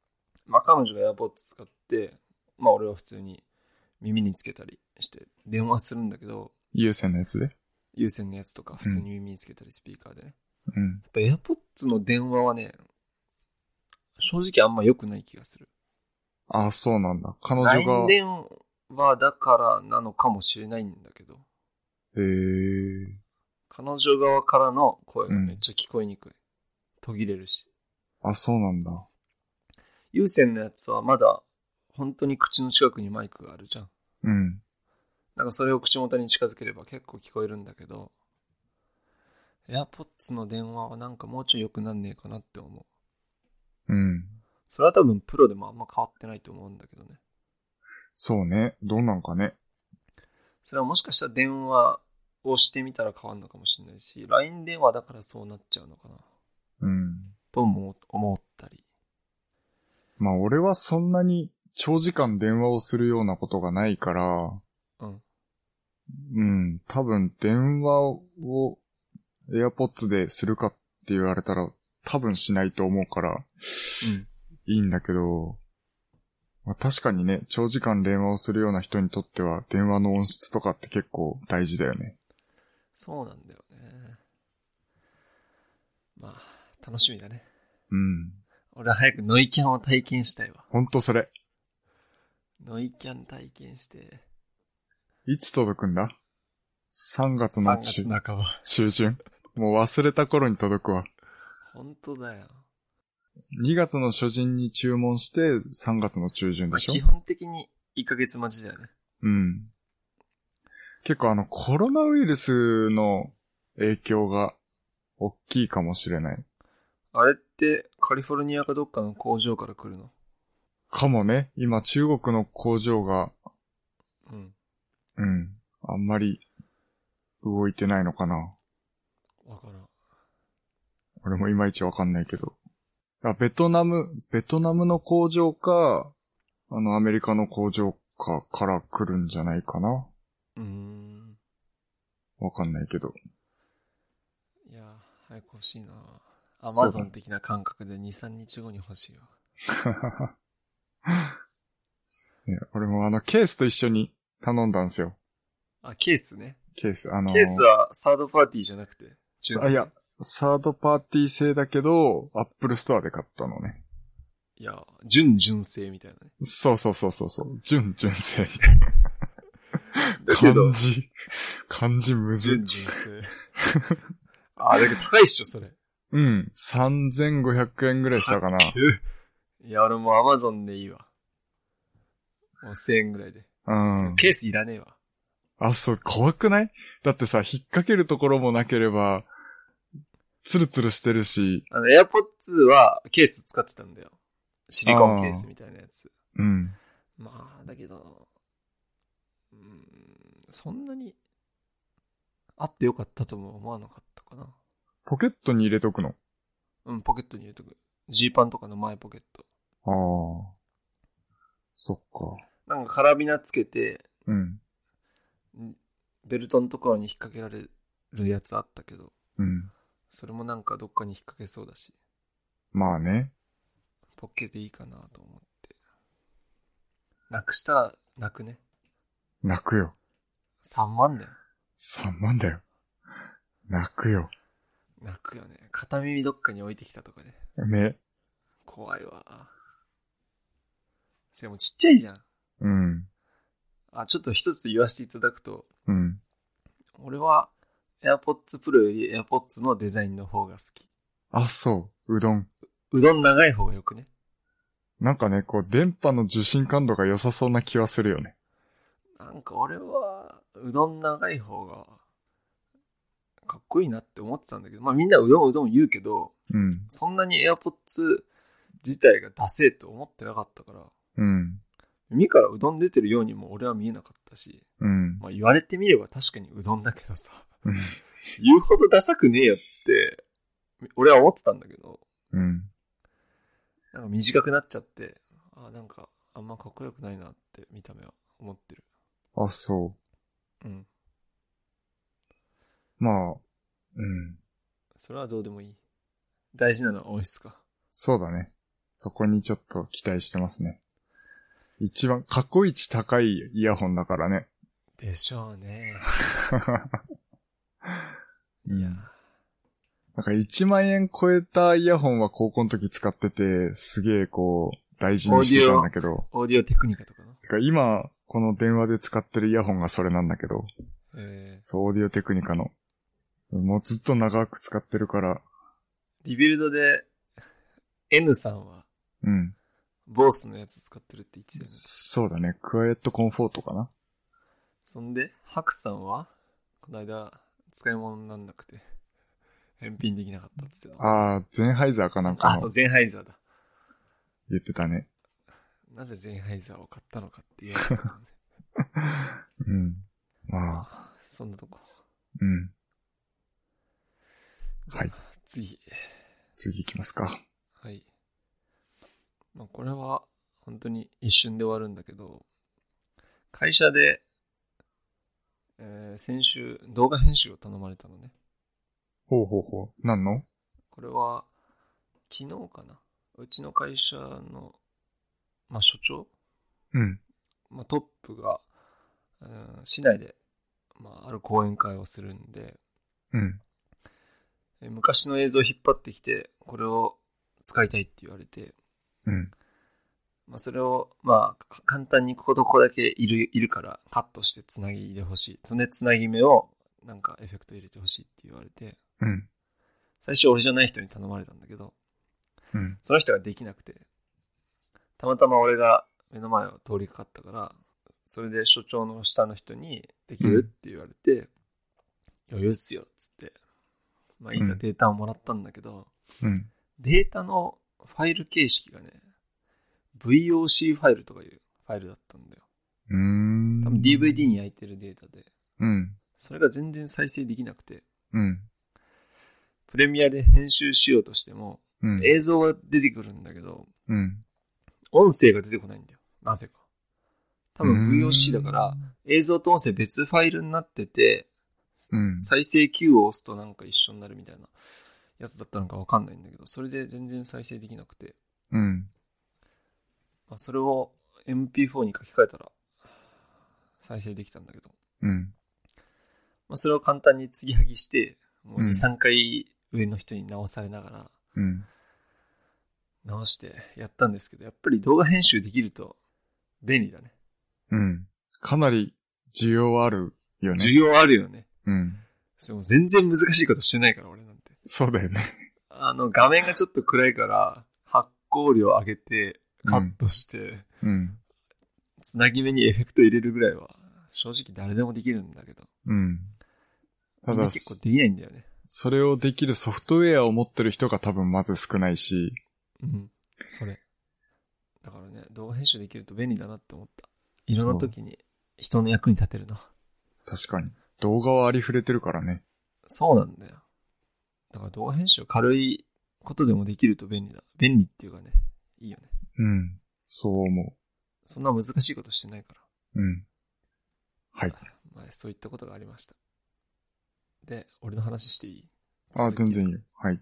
Speaker 1: まあ彼女が AirPods 使って、まあ俺は普通に耳につけたりして電話するんだけど、
Speaker 2: 有線のやつで。
Speaker 1: 有線のやつとか普通に耳につけたりスピーカーでね、
Speaker 2: うん。
Speaker 1: やっぱ AirPods の電話はね正直あんま良くない気がする
Speaker 2: あ、そうなんだ。彼女
Speaker 1: LINE
Speaker 2: が。
Speaker 1: 電話だからなのかもしれないんだけど
Speaker 2: えー、
Speaker 1: 彼女側からの声がめっちゃ聞こえにくい、途切れるし
Speaker 2: あ、そうなんだ。
Speaker 1: 有線のやつはまだ本当に口の近くにマイクがあるじゃん
Speaker 2: うん。
Speaker 1: なんかそれを口元に近づければ結構聞こえるんだけど AirPods の電話はなんかもうちょい良くなんねえかなって思う
Speaker 2: うん。
Speaker 1: それは多分プロでもあんま変わってないと思うんだけどね
Speaker 2: そうね。どうなんかね。
Speaker 1: それはもしかしたら電話をしてみたら変わるのかもしれないし、LINE 電話だからそうなっちゃうのかな、
Speaker 2: うん。
Speaker 1: とも思ったり。
Speaker 2: まあ俺はそんなに長時間電話をするようなことがないから、
Speaker 1: うん。
Speaker 2: うん、多分電話を AirPods でするかって言われたら多分しないと思うから
Speaker 1: うん。
Speaker 2: いいんだけど、まあ、確かにね、長時間電話をするような人にとっては電話の音質とかって結構大事だよね。
Speaker 1: そうなんだよね。まあ、楽しみだね。
Speaker 2: うん。
Speaker 1: 俺は早くノイキャンを体験したいわ。
Speaker 2: ほんとそれ。
Speaker 1: ノイキャン体験して、
Speaker 2: いつ届くんだ ?3 月の
Speaker 1: 3
Speaker 2: 中
Speaker 1: 月半ば。
Speaker 2: 中旬。もう忘れた頃に届くわ。
Speaker 1: 本当だよ。
Speaker 2: 2月の初旬に注文して3月の中旬でしょ
Speaker 1: 基本的に1ヶ月待ちだよね。
Speaker 2: うん。結構あのコロナウイルスの影響が大きいかもしれない。
Speaker 1: あれってカリフォルニアかどっかの工場から来るの
Speaker 2: かもね、今中国の工場が、
Speaker 1: うん。
Speaker 2: うん、あんまり動いてないのかな。
Speaker 1: わからん。
Speaker 2: 俺もいまいちわかんないけど。あ、ベトナム、ベトナムの工場か、あの、アメリカの工場かから来るんじゃないかな。
Speaker 1: うーん。
Speaker 2: わかんないけど。
Speaker 1: いや、早く欲しいな。ア
Speaker 2: そう
Speaker 1: マ
Speaker 2: だ
Speaker 1: ゾン的な感覚で2、3日後に欲しいわ。
Speaker 2: ね、俺もあの、ケースと一緒に頼んだんですよ。
Speaker 1: あ、ケースね。
Speaker 2: ケース、あの
Speaker 1: ケースはサードパーティーじゃなくて。純粋
Speaker 2: あ、いや。、サードパーティー製だけど、アップルストアで買ったのね。
Speaker 1: いや、純純正みたいなね。
Speaker 2: そうそうそうそうそう。純純 正みたいな。
Speaker 1: けど
Speaker 2: 漢字、漢字むず
Speaker 1: 純
Speaker 2: い。
Speaker 1: 純正。 あ、だけど高いっしょ、それ。
Speaker 2: うん。3500円ぐらいしたかな。
Speaker 1: いや、俺もうアマゾンでいいわ。もう1000円ぐらいで。
Speaker 2: うん。
Speaker 1: ケースいらねえわ。
Speaker 2: あ、そう、怖くないだってさ、引っ掛けるところもなければ、ツルツルしてるし、
Speaker 1: あの、AirPods はケース使ってたんだよ。シリコンケースみたいなやつ。
Speaker 2: うん。
Speaker 1: まあ、だけど、うーん、そんなに、あってよかったとも思わなかったかな。
Speaker 2: ポケットに入れとくの。
Speaker 1: うん、ポケットに入れとく。ジーパンとかの前ポケット。
Speaker 2: ああ。そっか。
Speaker 1: なんかカラビナつけて、
Speaker 2: うん。
Speaker 1: んベルトのところに引っ掛けられるやつあったけど、
Speaker 2: うん。
Speaker 1: それもなんかどっかに引っ掛けそうだし、
Speaker 2: まあね。
Speaker 1: ポッケでいいかなと思って。なくしたら、なくね。
Speaker 2: 泣くよ。
Speaker 1: 3万だよ。
Speaker 2: 3万だよ。泣くよ。
Speaker 1: 泣くよね。片耳どっかに置いてきたとかね。
Speaker 2: ね。
Speaker 1: 怖いわ。それもうちっちゃいじゃん。
Speaker 2: うん。
Speaker 1: あ、ちょっと一つ言わせていただくと、
Speaker 2: うん。
Speaker 1: 俺は AirPods Pro より AirPods のデザインの方が好き。
Speaker 2: あ、そう。うどん。
Speaker 1: うどん長い方がよくね。
Speaker 2: なんかね、こう、電波の受信感度が良さそうな気はするよね。
Speaker 1: なんか俺は、うどん長い方が、かっこいいなって思ってたんだけど、まあみんなうどんうどん言うけど、
Speaker 2: うん。
Speaker 1: そんなに AirPods 自体がダセえと思ってなかったから、
Speaker 2: うん。
Speaker 1: 耳からうどん出てるようにも俺は見えなかったし、
Speaker 2: うん。
Speaker 1: まあ言われてみれば確かにうどんだけどさ。
Speaker 2: うん
Speaker 1: 言うほどダサくねえよって、俺は思ってたんだけど、
Speaker 2: うん。
Speaker 1: なんか短くなっちゃって、あなんか、あんまかっこよくないなって見た目は思ってる。
Speaker 2: あ、そ
Speaker 1: うん。
Speaker 2: う。まあ、うん。
Speaker 1: それはどうでもいい。大事なのは音質か。
Speaker 2: そうだね。そこにちょっと期待してますね。一番、過去一高いイヤホンだからね。
Speaker 1: でしょうね。
Speaker 2: うん
Speaker 1: いや、
Speaker 2: なんか1万円超えたイヤホンは高校の時使ってて、すげえこう、大事にしてたんだけど、
Speaker 1: オーディオテクニカとかの。
Speaker 2: てか今、この電話で使ってるイヤホンがそれなんだけど、
Speaker 1: え
Speaker 2: そう、オーディオテクニカの。もうずっと長く使ってるから、
Speaker 1: ー、リビルドで N さんは、
Speaker 2: うん。
Speaker 1: ボースのやつ使ってるって言ってたよね。
Speaker 2: そうだね、クワイエットコンフォートかな。
Speaker 1: そんで、ハクさんは、この間、使い物になんなくて、返品できなかったっつってたの
Speaker 2: あー、ゼンハイザーかなんか
Speaker 1: あ、そ
Speaker 2: の
Speaker 1: う、ゼンハイザーだ。
Speaker 2: 言ってたね。
Speaker 1: なぜゼンハイザーを買ったのかって いう、ね。
Speaker 2: うん。まあ、
Speaker 1: ああ、そんなとこ。
Speaker 2: うん。
Speaker 1: じゃあ
Speaker 2: はい。
Speaker 1: 次。
Speaker 2: 次行きますか。
Speaker 1: はい。まあ、これは、本当に一瞬で終わるんだけど、会社で、えー先週、動画編集を頼まれたのね。
Speaker 2: ほうほうほう。何の
Speaker 1: これは、昨日かな。うちの会社の、まあ、所長
Speaker 2: うん。
Speaker 1: まあ、トップが、うん市内で、まあ、ある講演会をするんで、
Speaker 2: うん。
Speaker 1: え昔の映像を引っ張ってきて、これを使いたいって言われて、
Speaker 2: うん。
Speaker 1: まあ、それを、まあ、簡単にこことここだけいるいるから、カットしてつなぎでほしい。そのつなぎ目を、なんかエフェクト入れてほしいって言われて、
Speaker 2: うん。
Speaker 1: 最初俺じゃない人に頼まれたんだけど、
Speaker 2: うん。
Speaker 1: その人ができなくて、たまたま俺が目の前を通りかかったから、それで所長の下の人に、できるって言われて、余裕っすよ、っつって。まあ、いざ
Speaker 2: うん
Speaker 1: データをもらったんだけど、
Speaker 2: うん。
Speaker 1: データのファイル形式がね、VOC ファイルとかいうファイルだったんだよ。
Speaker 2: うーん。
Speaker 1: 多分 DVD に焼いてるデータで、
Speaker 2: うん。
Speaker 1: それが全然再生できなくて、
Speaker 2: うん。
Speaker 1: プレミアで編集しようとしても、
Speaker 2: うん。
Speaker 1: 映像は出てくるんだけど、
Speaker 2: うん。
Speaker 1: 音声が出てこないんだよ。なぜか。多分
Speaker 2: うーん
Speaker 1: VOC だから、。映像と音声別ファイルになってて、
Speaker 2: うん。
Speaker 1: 再生 Q を押すとなんか一緒になるみたいなやつだったのかわかんないんだけど、それで全然再生できなくて、
Speaker 2: うん。
Speaker 1: まあ、それを MP4 に書き換えたら再生できたんだけど、
Speaker 2: うん。
Speaker 1: まあ、それを簡単に継ぎはぎして、もう
Speaker 2: う
Speaker 1: 2、
Speaker 2: ん
Speaker 1: 3回上の人に直されながら、
Speaker 2: うん。
Speaker 1: 直してやったんですけど、やっぱり動画編集できると便利だね。
Speaker 2: うん。かなり需要あるよね。
Speaker 1: 需要あるよね。
Speaker 2: うん。
Speaker 1: そう全然難しいことしてないから、俺なんて。
Speaker 2: そうだよね。
Speaker 1: あの、画面がちょっと暗いから、発光量上げて、カットして、
Speaker 2: うん。
Speaker 1: つなぎ目にエフェクト入れるぐらいは、正直誰でもできるんだけど。
Speaker 2: うん。た
Speaker 1: みんな
Speaker 2: だ、
Speaker 1: 結構できないんだよね。
Speaker 2: それをできるソフトウェアを持ってる人が多分まず少ないし、
Speaker 1: うん。それ。だからね、動画編集できると便利だなって思った。いろんな時に人の役に立てるな。
Speaker 2: 確かに。動画はありふれてるからね。
Speaker 1: そうなんだよ。だから動画編集は軽いことでもできると便利だ。便利っていうかね、いいよね。
Speaker 2: うん。そう思
Speaker 1: そんな難しいことしてないから。
Speaker 2: う。うん。はい。
Speaker 1: まあ、そういったことがありました。で、俺の話していい
Speaker 2: あ、全然いい
Speaker 1: い。
Speaker 2: よ。はい。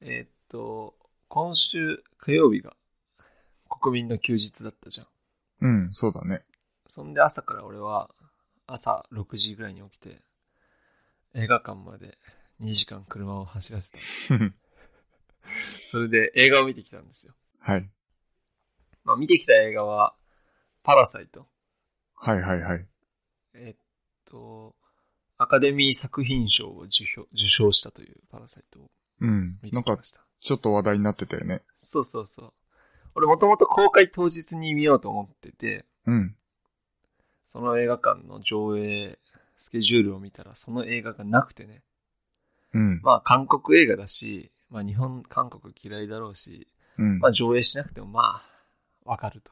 Speaker 1: えーっと、今週火曜日が国民の休日だったじゃん。
Speaker 2: うん、そうだね。
Speaker 1: そんで朝から俺は朝6時ぐらいに起きて映画館まで2時間車を走 らせた。それで映画を見てきたんですよ。
Speaker 2: はい。
Speaker 1: まあ見てきた映画はパラサイト。
Speaker 2: はいはいはい。
Speaker 1: えっと、アカデミー作品賞を受賞受賞したというパラサイトを
Speaker 2: うん。
Speaker 1: 見て
Speaker 2: なん
Speaker 1: き
Speaker 2: か
Speaker 1: ま、した。
Speaker 2: ちょっと話題になってたよね。
Speaker 1: そうそうそう。俺もともと公開当日に見ようと思ってて、
Speaker 2: うん。
Speaker 1: その映画館の上映スケジュールを見たらその映画がなくてね。
Speaker 2: うん。
Speaker 1: まあ韓国映画だし、まあ日本、韓国嫌いだろうし、
Speaker 2: うん
Speaker 1: ま。あ上映しなくてもまあ、わかると。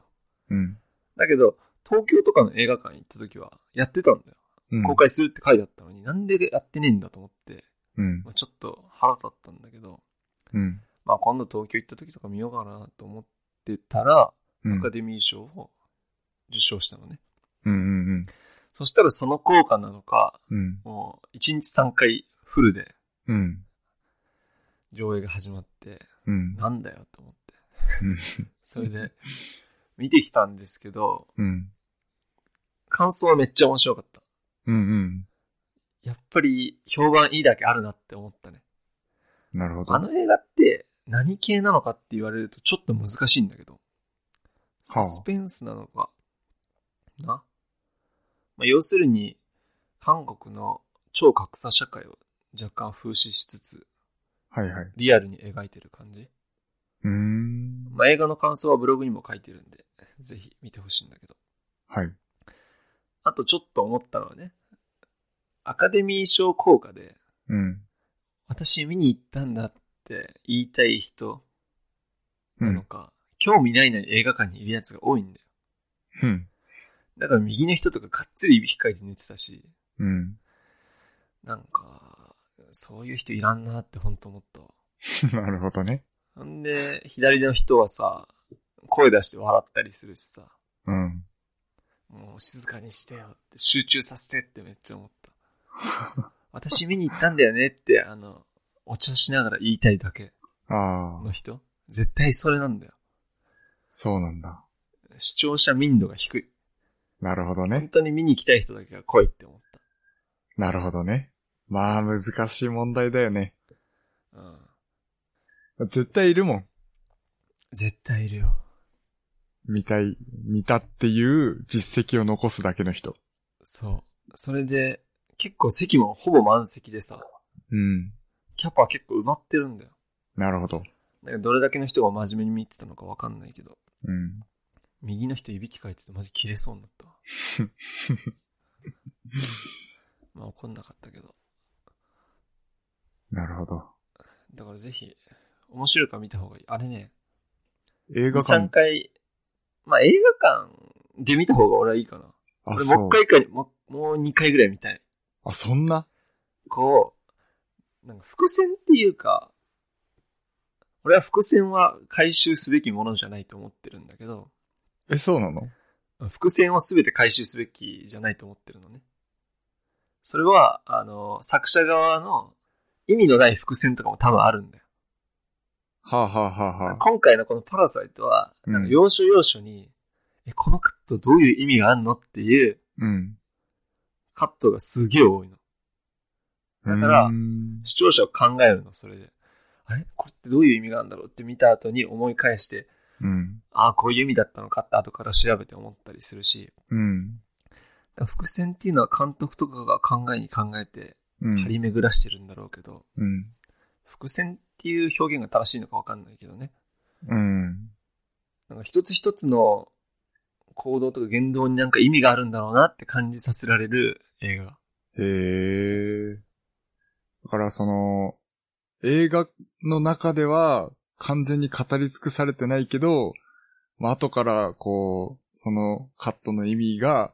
Speaker 2: うん。
Speaker 1: だけど、東京とかの映画館行った時はやってたんだよ。
Speaker 2: うん
Speaker 1: 公。開するって書いてあったのに、なんでやってねえんだと思って、
Speaker 2: うん。
Speaker 1: まあ、ちょっと腹立ったんだけど、
Speaker 2: うん。
Speaker 1: まあ今度東京行った時とか見ようかなと思ってたら、
Speaker 2: うん。う
Speaker 1: ア
Speaker 2: ん
Speaker 1: カデミー賞を受賞したのね。
Speaker 2: うん。
Speaker 1: そしたらその効果なのか、
Speaker 2: うん。
Speaker 1: もう1日3回フルで
Speaker 2: うん。
Speaker 1: 上映が始まって、
Speaker 2: うん。
Speaker 1: なんだよと思って。
Speaker 2: うん
Speaker 1: それで、見てきたんですけど、
Speaker 2: うん。
Speaker 1: 感想はめっちゃ面白かった。
Speaker 2: うん。
Speaker 1: やっぱり評判いいだけあるなって思ったね。
Speaker 2: なるほど。
Speaker 1: あの映画って何系なのかって言われるとちょっと難しいんだけど。
Speaker 2: は
Speaker 1: サ
Speaker 2: あ
Speaker 1: スペンスなのか。な。まあ、要するに、韓国の超格差社会を若干風刺しつつ、
Speaker 2: はいはい。
Speaker 1: リアルに描いてる感じ。
Speaker 2: うーん。
Speaker 1: まあ、映画の感想はブログにも書いてるんで、ぜひ見てほしいんだけど。
Speaker 2: はい。
Speaker 1: あとちょっと思ったのはね、アカデミー賞効果で、
Speaker 2: うん。
Speaker 1: 私見に行ったんだって言いたい人
Speaker 2: う
Speaker 1: なの
Speaker 2: ん。
Speaker 1: か、興味ないのに映画館にいるやつが多いんだよ。
Speaker 2: うん。
Speaker 1: だから右の人とかがっつりいびきかいて寝てたし、
Speaker 2: うん。
Speaker 1: なんか、そういう人いらんなってほんと思ったわ。
Speaker 2: なるほどね。
Speaker 1: ほんで、左の人はさ、声出して笑ったりするしさ、
Speaker 2: うん。
Speaker 1: もう静かにしてよって、集中させてってめっちゃ思った。私見に行ったんだよねって、あの、お茶しながら言いたいだけ
Speaker 2: ああ、
Speaker 1: の人絶対それなんだよ。
Speaker 2: そうなんだ。
Speaker 1: 視聴者民度が低い。
Speaker 2: なるほど
Speaker 1: 本
Speaker 2: ね。
Speaker 1: 当に見に来たい人だけが来いって思っ
Speaker 2: なるほどね。まあ、難しい問題だよね。
Speaker 1: た。うん。
Speaker 2: 絶対いるもん。
Speaker 1: 絶対いるよ。
Speaker 2: 見たい、見たっていう実績を残すだけの人。
Speaker 1: そう。それで、結構席もほぼ満席でさ、
Speaker 2: うん。
Speaker 1: キャパ結構埋まってるんだよ。
Speaker 2: なるほど。
Speaker 1: だからどれだけの人が真面目に見てたのかわかんないけど、
Speaker 2: うん。
Speaker 1: 右の人いびきかいててマジ切れそうになった わ。まあ怒んなかったけど。
Speaker 2: なるほど。
Speaker 1: だからぜひ、面白いから見た方がいい。あれね、
Speaker 2: 映画
Speaker 1: 3
Speaker 2: 館、
Speaker 1: 回、まあ映画館で見た方が俺はいいかな。
Speaker 2: あ、
Speaker 1: 俺
Speaker 2: そ
Speaker 1: もう
Speaker 2: う
Speaker 1: 一。回か、もうもう2回ぐらい見たい。
Speaker 2: あ、そんな
Speaker 1: こう、なんか伏線っていうか、俺は伏線は回収すべきものじゃないと思ってるんだけど、
Speaker 2: え、そうなの
Speaker 1: 伏線を全て回収すべきじゃないと思ってるのね。それは、あの、作者側の意味のない伏線とかも多分あるんだよ。
Speaker 2: はあ、はあはあはあ、
Speaker 1: 今回のこのパラサイトは、
Speaker 2: うん
Speaker 1: なんか要所要所に、え、このカットどういう意味があんのっていう
Speaker 2: うん。
Speaker 1: カットがすげえ多いの。だから
Speaker 2: うーん
Speaker 1: 視聴者を考えるの、それで。あれこれってどういう意味があるんだろうって見た後に思い返して、
Speaker 2: うん。
Speaker 1: ああ、こういう意味だったのかって後から調べて思ったりするし、
Speaker 2: うん。
Speaker 1: だから伏線っていうのは監督とかが考えに考えて
Speaker 2: うん。
Speaker 1: 張り巡らしてるんだろうけど、
Speaker 2: うん。
Speaker 1: 伏線っていう表現が正しいのかわかんないけどね。
Speaker 2: うん。
Speaker 1: なんか一つ一つの行動とか言動になんか意味があるんだろうなって感じさせられる映画。
Speaker 2: へえ。だからその、映画の中では完全に語り尽くされてないけど、まあ、後からこう、そのカットの意味が、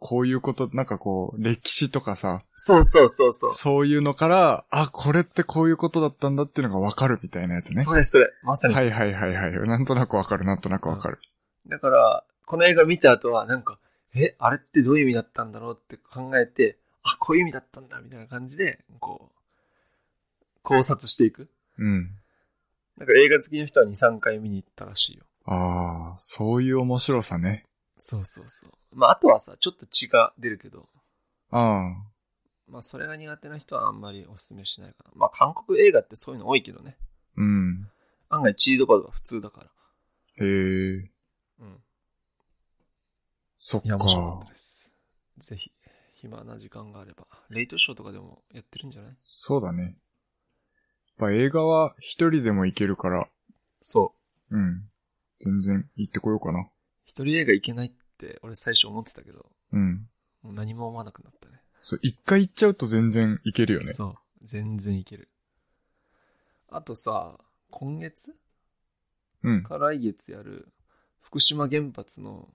Speaker 2: こういうこと、なんかこう、歴史とかさ、
Speaker 1: そうそうそうそう。
Speaker 2: そういうのから、あ、これってこういうことだったんだっていうのがわかるみたいなやつね。
Speaker 1: そうです、それ。まさにそ
Speaker 2: は
Speaker 1: れ
Speaker 2: いはいはいはい。なんとなくわかる、なんとなくわかる。
Speaker 1: だから、この映画見た後は、なんか、え、あれってどういう意味だったんだろうって考えて、あ、こういう意味だったんだ、みたいな感じで、こう、考察していく。
Speaker 2: うん。
Speaker 1: だから映画好きの人は2、3回見に行ったらしいよ。
Speaker 2: ああ、そういう面白さね。
Speaker 1: そうそうそう。まあ、あとはさ、ちょっと血が出るけど、
Speaker 2: ああ。
Speaker 1: まあ、それが苦手な人はあんまりおすすめしないかな。まあ、韓国映画ってそういうの多いけどね。
Speaker 2: うん。
Speaker 1: 案外血ドバドバ普通だから。
Speaker 2: へえ。
Speaker 1: うん。
Speaker 2: そっ
Speaker 1: いや、面白か
Speaker 2: か
Speaker 1: った。です。ぜひ、暇な時間があれば。レイトショーとかでもやってるんじゃない
Speaker 2: そうだね。やっぱ映画は一人でも行けるから、
Speaker 1: そう。
Speaker 2: うん。全然行ってこようかな。
Speaker 1: 一人映画行けないって俺最初思ってたけど、
Speaker 2: うん。
Speaker 1: もう何も思わなくなったね。
Speaker 2: そう、一回行っちゃうと全然行けるよね。
Speaker 1: そう。全然行ける。あとさ、今月
Speaker 2: うん。
Speaker 1: か来月やる福島原発の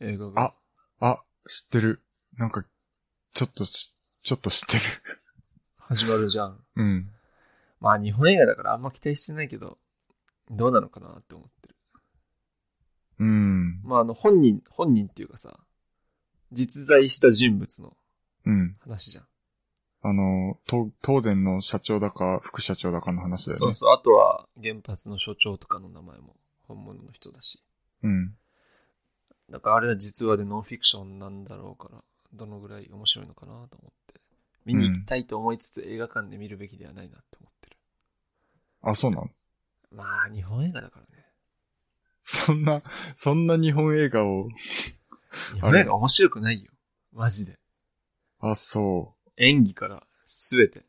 Speaker 1: 映画が。
Speaker 2: ああ、知ってる。なんか、ちょっとし、ちょっと知ってる。
Speaker 1: 始まるじゃん。
Speaker 2: うん。
Speaker 1: まあ日本映画だからあんま期待してないけど、どうなのかなって思ってる。
Speaker 2: うん。
Speaker 1: まああの本人、本人っていうかさ、実在した人物の
Speaker 2: うん。
Speaker 1: 話じゃん。
Speaker 2: あの、東、東電の社長だか、副社長だかの話だよね。
Speaker 1: そうそう。あとは原発の所長とかの名前も本物の人だし。
Speaker 2: うん。
Speaker 1: だからあれは実話でノンフィクションなんだろうから、どのぐらい面白いのかなと思って。見に行きたいと思いつつ、映画館で見るべきではないなって思ってる。
Speaker 2: あ、そうなの
Speaker 1: まあ、日本映画だからね。
Speaker 2: そんな、そんな日本映画を、
Speaker 1: 日本映画面白くないよ。マジで。
Speaker 2: あ、そう。
Speaker 1: 演技から全て。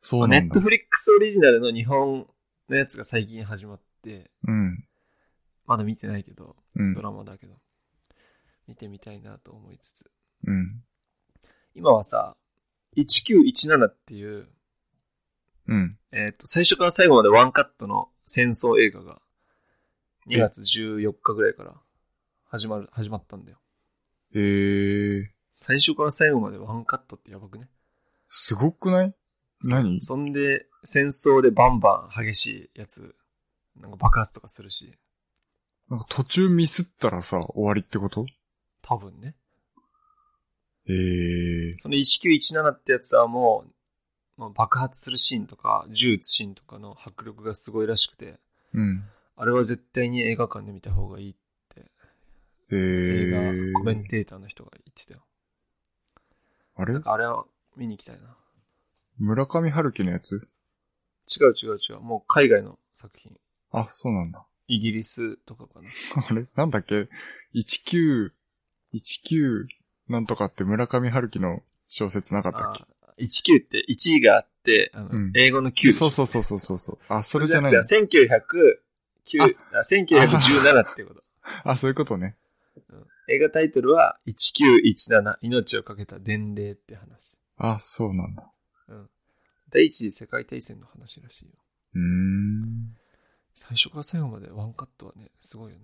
Speaker 2: そう
Speaker 1: ネ
Speaker 2: なん
Speaker 1: ット
Speaker 2: だ。
Speaker 1: フリックスオリジナルの日本のやつが最近始まって、
Speaker 2: うん。
Speaker 1: まだ見てないけど、
Speaker 2: うん
Speaker 1: ド。ラマだけど、見てみたいなと思いつつ。
Speaker 2: うん。
Speaker 1: 今はさ、1917っていう、
Speaker 2: うん。
Speaker 1: えっ、と、最初から最後までワンカットの戦争映画が、2月14日ぐらいから始まる、始まったんだよ。
Speaker 2: えー。
Speaker 1: 最初から最後までワンカットってやばくね
Speaker 2: すごくない何
Speaker 1: そそんで、戦争でバンバン激しいやつ、なんか爆発とかするし、
Speaker 2: なんか途中ミスったらさ、終わりってこと
Speaker 1: 多分ね。
Speaker 2: ええ
Speaker 1: その1917ってやつはもう、まあ、爆発するシーンとか、銃撃つシーンとかの迫力がすごいらしくて、
Speaker 2: うん。
Speaker 1: あれは絶対に映画館で見た方がいいって
Speaker 2: ええ
Speaker 1: 映画
Speaker 2: ー。
Speaker 1: コメンテーターの人が言ってたよ。
Speaker 2: あれ
Speaker 1: なんかあれは見に行きたいな。
Speaker 2: 村上春樹のやつ
Speaker 1: 違う違う違う。もう海外の作品。
Speaker 2: あ、そうなんだ。
Speaker 1: イギリスとかかな。
Speaker 2: あれなんだっけ ?19、19なんとかって村上春樹の小説なかったっ
Speaker 1: あ
Speaker 2: け
Speaker 1: ー19って1位があって、あの
Speaker 2: うん
Speaker 1: 英語の9
Speaker 2: そうそうそうそうそうそう。あ、そ
Speaker 1: そ
Speaker 2: れじゃないの
Speaker 1: 1909あ1917って こと。
Speaker 2: あ、そういうことね。
Speaker 1: うん映画タイトルは1917命をかけた伝令って話。
Speaker 2: あ、そうなんだ。
Speaker 1: うん。第一次世界大戦の話らしいよ。
Speaker 2: うーん。
Speaker 1: 最初から最後までワンカットはね、すごいよね。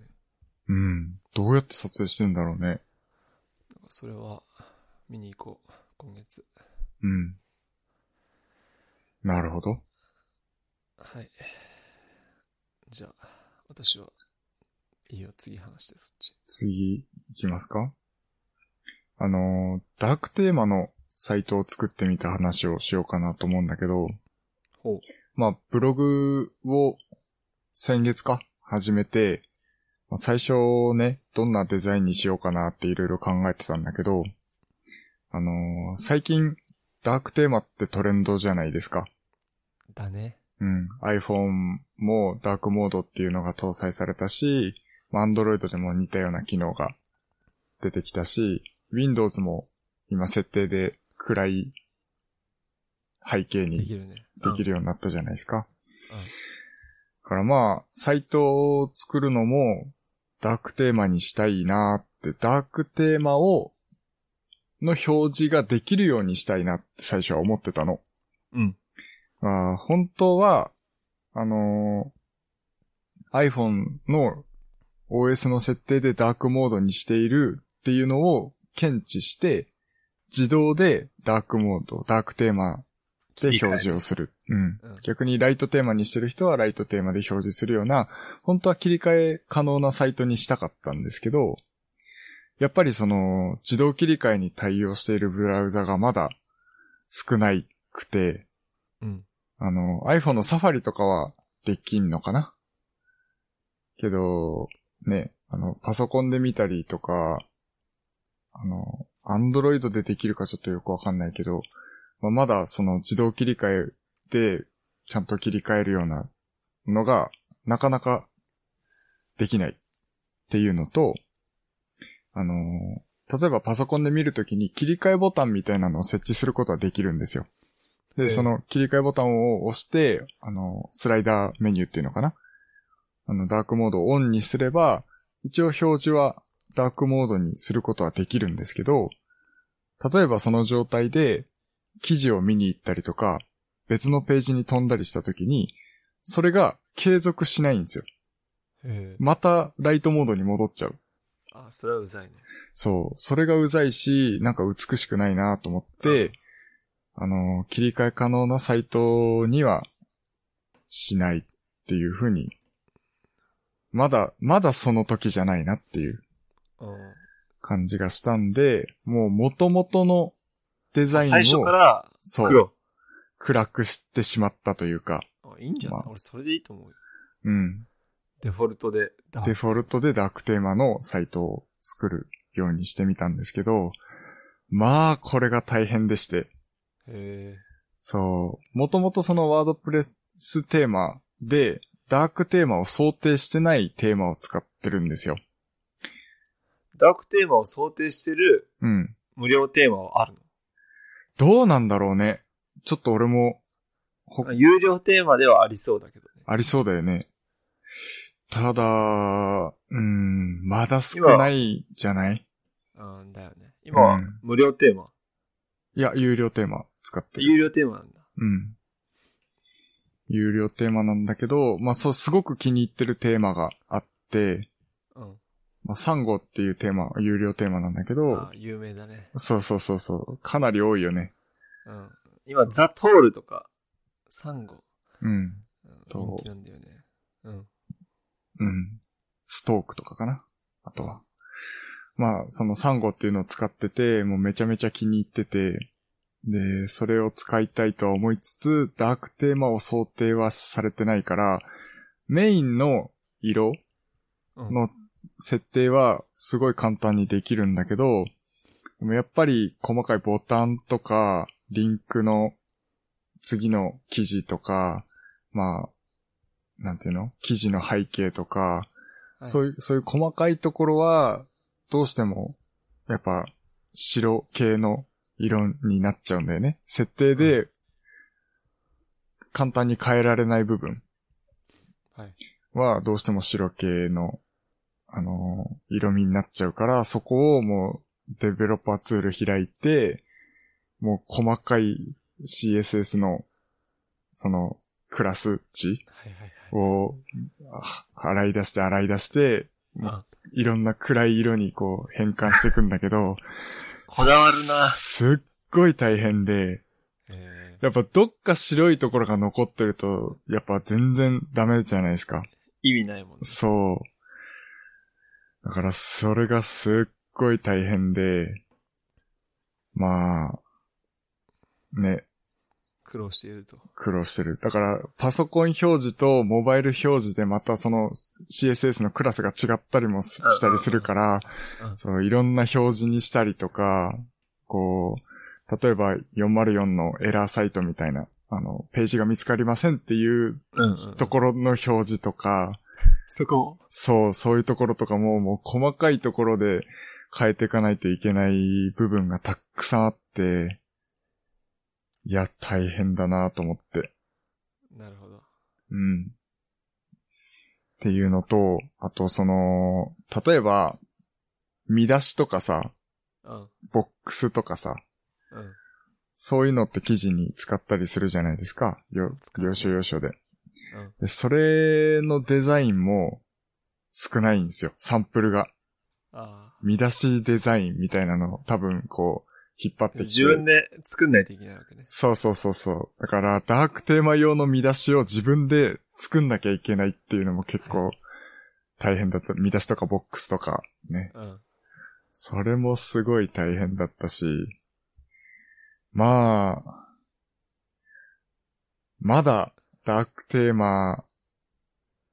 Speaker 2: うん。どうやって撮影してんだろうね。
Speaker 1: だからそれは見に行こう。今月。
Speaker 2: うん。なるほど。
Speaker 1: はい。じゃあ、私は、いいよ、次話して、そっち。
Speaker 2: 次、いきますかあのー、ダークテーマのサイトを作ってみた話をしようかなと思うんだけど、
Speaker 1: ほう。
Speaker 2: まあ、ブログを先月か始めて、まあ、最初ね、どんなデザインにしようかなっていろいろ考えてたんだけど、あのー最近ダークテーマってトレンドじゃないですか。
Speaker 1: だね。
Speaker 2: うん。iPhone もダークモードっていうのが搭載されたし、まあ Android でも似たような機能が出てきたし、Windows も今設定で暗い背景に
Speaker 1: できるね。
Speaker 2: できるようになったじゃないですか。
Speaker 1: うん。うん
Speaker 2: だからまあ、サイトを作るのも、ダークテーマにしたいなーって、ダークテーマを、の表示ができるようにしたいなって最初は思ってたの。
Speaker 1: うん。
Speaker 2: あー本当は、あのー iPhone の OS の設定でダークモードにしているっていうのを検知して、自動でダークモード、ダークテーマで表示をする。うん。
Speaker 1: うん
Speaker 2: 逆にライトテーマにしてる人はライトテーマで表示するような、本当は切り替え可能なサイトにしたかったんですけど、やっぱりその自動切り替えに対応しているブラウザがまだ少なくて、
Speaker 1: うん。
Speaker 2: あの、iPhone のサファリとかはできんのかなけど、ね、あの、パソコンで見たりとか、あの、Android でできるかちょっとよくわかんないけど、まあ、まだその自動切り替えでちゃんと切り替えるようなのがなかなかできないっていうのと、あの、例えばパソコンで見るときに切り替えボタンみたいなのを設置することはできるんですよ。
Speaker 1: え
Speaker 2: で、
Speaker 1: え
Speaker 2: その切り替えボタンを押して、あの、スライダーメニューっていうのかなあの、ダークモードをオンにすれば、一応表示はダークモードにすることはできるんですけど、例えばその状態で記事を見に行ったりとか、別のページに飛んだりしたときに、それが継続しないんですよ。
Speaker 1: ええ。
Speaker 2: またライトモードに戻っちゃう。
Speaker 1: あ、それはうざいね。
Speaker 2: そう。それがうざいし、なんか美しくないなと思って、あの、切り替え可能なサイトにはしないっていうふうに、まだ、まだその時じゃないなっていう
Speaker 1: うん。
Speaker 2: 感じがしたんで、もう元々のデザイ
Speaker 1: 最
Speaker 2: ン
Speaker 1: 初
Speaker 2: を
Speaker 1: から
Speaker 2: そう
Speaker 1: 黒。
Speaker 2: 暗くしてしまったというか、
Speaker 1: あいいんじゃない、
Speaker 2: まあ
Speaker 1: 俺それでいいと思うよ。
Speaker 2: うん。
Speaker 1: デフォルトで。だ
Speaker 2: デフォルトでダークテーマのサイトを作るようにしてみたんですけど、まあ、これが大変でして。
Speaker 1: へえ。
Speaker 2: そう。もともとそのワードプレステーマで、ダークテーマを想定してないテーマを使ってるんですよ。
Speaker 1: ダークテーマを想定してる
Speaker 2: うん。
Speaker 1: 無料テーマはある
Speaker 2: どうなんだろうね。ちょっと俺もほ
Speaker 1: の有料テーマではありそうだけどね。
Speaker 2: ありそうだよね。ただ、うん、まだ少ないじゃない
Speaker 1: うん、だよね。今は
Speaker 2: うん
Speaker 1: 無料テーマ。
Speaker 2: いや、有料テーマ使ってる。
Speaker 1: 有料テーマなんだ。
Speaker 2: うん。有料テーマなんだけど、まあそう、すごく気に入ってるテーマがあって、
Speaker 1: うん。
Speaker 2: まあ、サンゴっていうテーマ、有料テーマなんだけど、
Speaker 1: あ有名だね。
Speaker 2: そうそうそうそう。かなり多いよね。
Speaker 1: うん。今、ザ・トールとか、サンゴ。
Speaker 2: うん。
Speaker 1: うん
Speaker 2: と
Speaker 1: 人気なんだよね。うん。
Speaker 2: うん。ストークとかかな。あとは。まあ、そのサンゴっていうのを使ってて、もうめちゃめちゃ気に入ってて、で、それを使いたいとは思いつつ、ダークテーマを想定はされてないから、メインの色
Speaker 1: うん、
Speaker 2: の設定はすごい簡単にできるんだけど、でもやっぱり細かいボタンとか、リンクの次の記事とか、まあ、なんていうの記事の背景とか、
Speaker 1: はい
Speaker 2: そういう、そういう細かいところは、どうしても、やっぱ、白系の色になっちゃうんだよね。設定で、簡単に変えられない部分
Speaker 1: はい。
Speaker 2: は、どうしても白系の、あのー色味になっちゃうから、そこをもう、デベロッパーツール開いて、もう細かい CSS の、その、クラス値
Speaker 1: はいはいはい。
Speaker 2: を、あ洗い出して洗い出して、
Speaker 1: あ
Speaker 2: いろんな暗い色にこう変換していくんだけど、
Speaker 1: こだわるな。
Speaker 2: すっごい大変で、
Speaker 1: え
Speaker 2: やっぱどっか白いところが残ってると、やっぱ全然ダメじゃないですか。
Speaker 1: 意味ないもんね。
Speaker 2: そう。だからそれがすっごい大変で、まあ、ね、
Speaker 1: 苦労していると。
Speaker 2: 苦労してる。だから、パソコン表示とモバイル表示でまたその CSS のクラスが違ったりもす
Speaker 1: うんうんうん
Speaker 2: したりするから
Speaker 1: うん、
Speaker 2: そう、いろんな表示にしたりとか、こう、例えば404のエラーサイトみたいな、あの、ページが見つかりませんっていう
Speaker 1: うん、うん
Speaker 2: ところの表示とか、
Speaker 1: そこ
Speaker 2: そう、そういうところとかも、もう細かいところで変えていかないといけない部分がたくさんあって、いや、大変だなと思って。
Speaker 1: なるほど。
Speaker 2: うん。っていうのと、あとその、例えば、見出しとかさ、
Speaker 1: うん。
Speaker 2: ボックスとかさ、
Speaker 1: うん。
Speaker 2: そういうのって記事に使ったりするじゃないですか。よ
Speaker 1: 使う
Speaker 2: 要所要所で
Speaker 1: うん
Speaker 2: で。それのデザインも少ないんですよ。サンプルが。
Speaker 1: あ
Speaker 2: 見出しデザインみたいなのを多分こう、引っ張
Speaker 1: あ。
Speaker 2: ってきて。
Speaker 1: 自分で作んないといけないわけね。
Speaker 2: そうそうそうそう。だから、ダークテーマ用の見出しを自分で作んなきゃいけないっていうのも結構大変だった。見出しとかボックスとかね。
Speaker 1: うん。
Speaker 2: それもすごい大変だったし、まあ、まだダークテーマ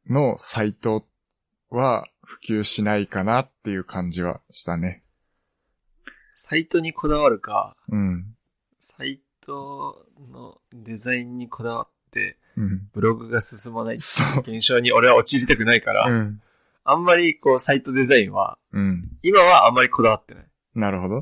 Speaker 2: のサイトは普及しないかなっていう感じはしたね。
Speaker 1: サイトにこだわるか、
Speaker 2: うん。
Speaker 1: サイトのデザインにこだわって、
Speaker 2: うん。
Speaker 1: ブログが進まないって
Speaker 2: そう。
Speaker 1: 現象に俺は陥りたくないから、
Speaker 2: うん。
Speaker 1: あんまりこう、サイトデザインは、
Speaker 2: うん。
Speaker 1: 今はあんまりこだわってない。
Speaker 2: なるほど。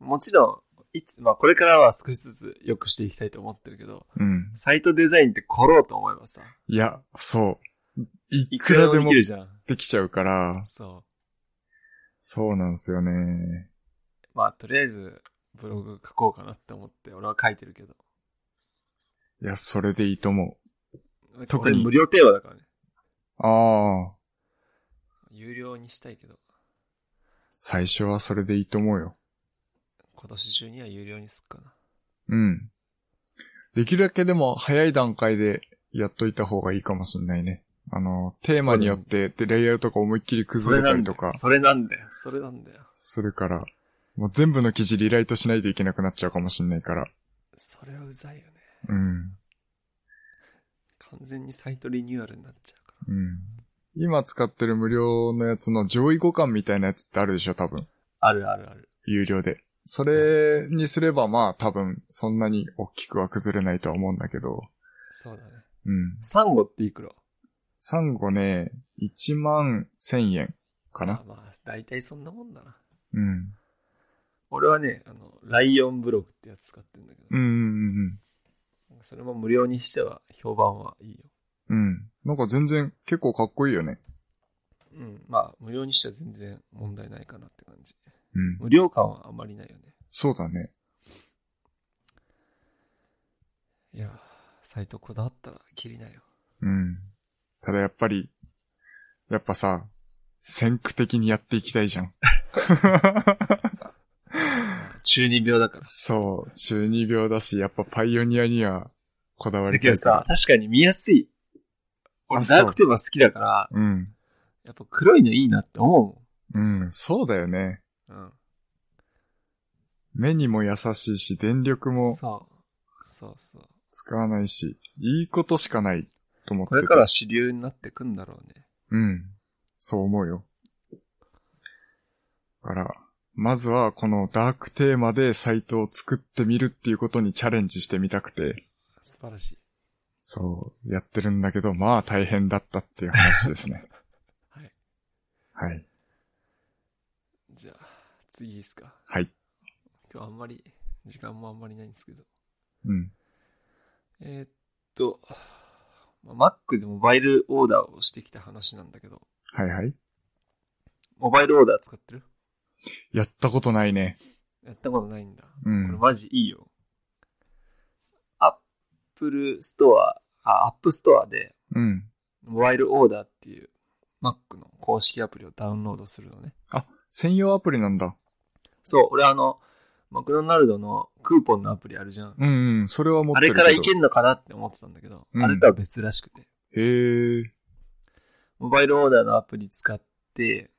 Speaker 1: もちろん、いつまあ、これからは少しずつ良くしていきたいと思ってるけど、
Speaker 2: うん。
Speaker 1: サイトデザインって凝ろうと思えばさ、
Speaker 2: いや、そう。い
Speaker 1: い
Speaker 2: く
Speaker 1: く
Speaker 2: ら
Speaker 1: ら
Speaker 2: で
Speaker 1: でも
Speaker 2: も
Speaker 1: できるじゃん。
Speaker 2: できちゃうから、
Speaker 1: そ
Speaker 2: そうなんですよね。
Speaker 1: う。まあ、とりあえず、ブログ書こうかなって思って、俺は書いてるけど。
Speaker 2: いや、それでいいと思特に
Speaker 1: 俺無料テーマだからね。
Speaker 2: う。ああ、
Speaker 1: 有料にしたいけど、
Speaker 2: 最初はそれでいいと思うよ。
Speaker 1: 今年中には有料にすっかな。
Speaker 2: うん。できるだけでも早い段階でやっといた方がいいかもしんないね。あの、テーマによって、で、レイアウトが思いっきり
Speaker 1: それ
Speaker 2: 崩れ
Speaker 1: な
Speaker 2: た
Speaker 1: ん
Speaker 2: り
Speaker 1: だ
Speaker 2: と
Speaker 1: よ
Speaker 2: か。
Speaker 1: それなんだよ。それなんだよ。
Speaker 2: するから、もう全部の記事リライトしないといけなくなっちゃうかもしんないから。
Speaker 1: それはうざいよね。
Speaker 2: うん。
Speaker 1: 完全にサイトリニューアルになっちゃうから。
Speaker 2: うん。今使ってる無料のやつの上位互換みたいなやつってあるでしょ、多分。
Speaker 1: あるあるある。
Speaker 2: 有料で。それにすればまあ多分そんなに大きくは崩れないとは思うんだけど。
Speaker 1: そうだね。
Speaker 2: うん。
Speaker 1: サンゴっていくら
Speaker 2: サンゴね、1万1000円か
Speaker 1: ま
Speaker 2: な
Speaker 1: あ。まあ、大体そんなもんだな。
Speaker 2: うん。
Speaker 1: 俺はね、あの、ライオンブログってやつ使ってんだけど、
Speaker 2: うんうん
Speaker 1: それも無料にしては評判はいいよ。
Speaker 2: うんうん。うん。なんか全然結構かっこいいよね。
Speaker 1: うん、まあ、無料にしては全然問題ないかなって感じ。
Speaker 2: うん。
Speaker 1: 無料感はあんまりないよね。
Speaker 2: そうだね。
Speaker 1: いやー、サイトこだわったらきりないよ。
Speaker 2: うん。ただやっぱり、やっぱさ、先駆的にやっていきたいじゃん。
Speaker 1: まあ中二病だから。
Speaker 2: そう、中二病だし、やっぱパイオニアにはこだわ
Speaker 1: だ
Speaker 2: り
Speaker 1: けど
Speaker 2: たいから
Speaker 1: さ、、確かに見やすい。俺、
Speaker 2: あそう
Speaker 1: ダークテーマ好きだから、
Speaker 2: うん。
Speaker 1: やっぱ黒いのいいなって思
Speaker 2: うん、そうだよね。
Speaker 1: うもん。
Speaker 2: 目にも優しいし、電力
Speaker 1: うん。
Speaker 2: も
Speaker 1: そう。そうそう。
Speaker 2: 使わないし、いいことしかないと思って
Speaker 1: こ
Speaker 2: て
Speaker 1: れから主流になってくんだろうね。
Speaker 2: うん。そう思うよ。だから、まずはこのダークテーマでサイトを作ってみるっていうことにチャレンジしてみたくて、
Speaker 1: 素晴らしい。
Speaker 2: そう、やってるんだけど、まあ大変だったっていう話で すね。
Speaker 1: はい。
Speaker 2: はい。
Speaker 1: じゃあ、次いいですか。
Speaker 2: はい。
Speaker 1: 今日あんまり、時間もあんまりないんですけど。
Speaker 2: うん。
Speaker 1: えーっと、まあ Mac でモバイルオーダーをしてきた話なんだけど、
Speaker 2: はいはい。
Speaker 1: モバイルオーダー使ってる
Speaker 2: やったことないね。
Speaker 1: やったことないんだ。
Speaker 2: う
Speaker 1: これ
Speaker 2: ん。
Speaker 1: マジいいよ。アップルストア、あ、アップストアで、
Speaker 2: うん。
Speaker 1: モバイルオーダーっていう Mac の公式アプリをダウンロードするのね。
Speaker 2: あ、専用アプリなんだ。
Speaker 1: そう、俺あの、マクドナルドのクーポンのアプリあるじゃん。
Speaker 2: うん、うん、それは持っ
Speaker 1: あ
Speaker 2: て
Speaker 1: れ
Speaker 2: るけ
Speaker 1: か
Speaker 2: ど。
Speaker 1: らいけんのかなって思ってたんだけど、
Speaker 2: うん
Speaker 1: あれとは別らしくて。
Speaker 2: へえ。
Speaker 1: モバイルオーダーのアプリ使って、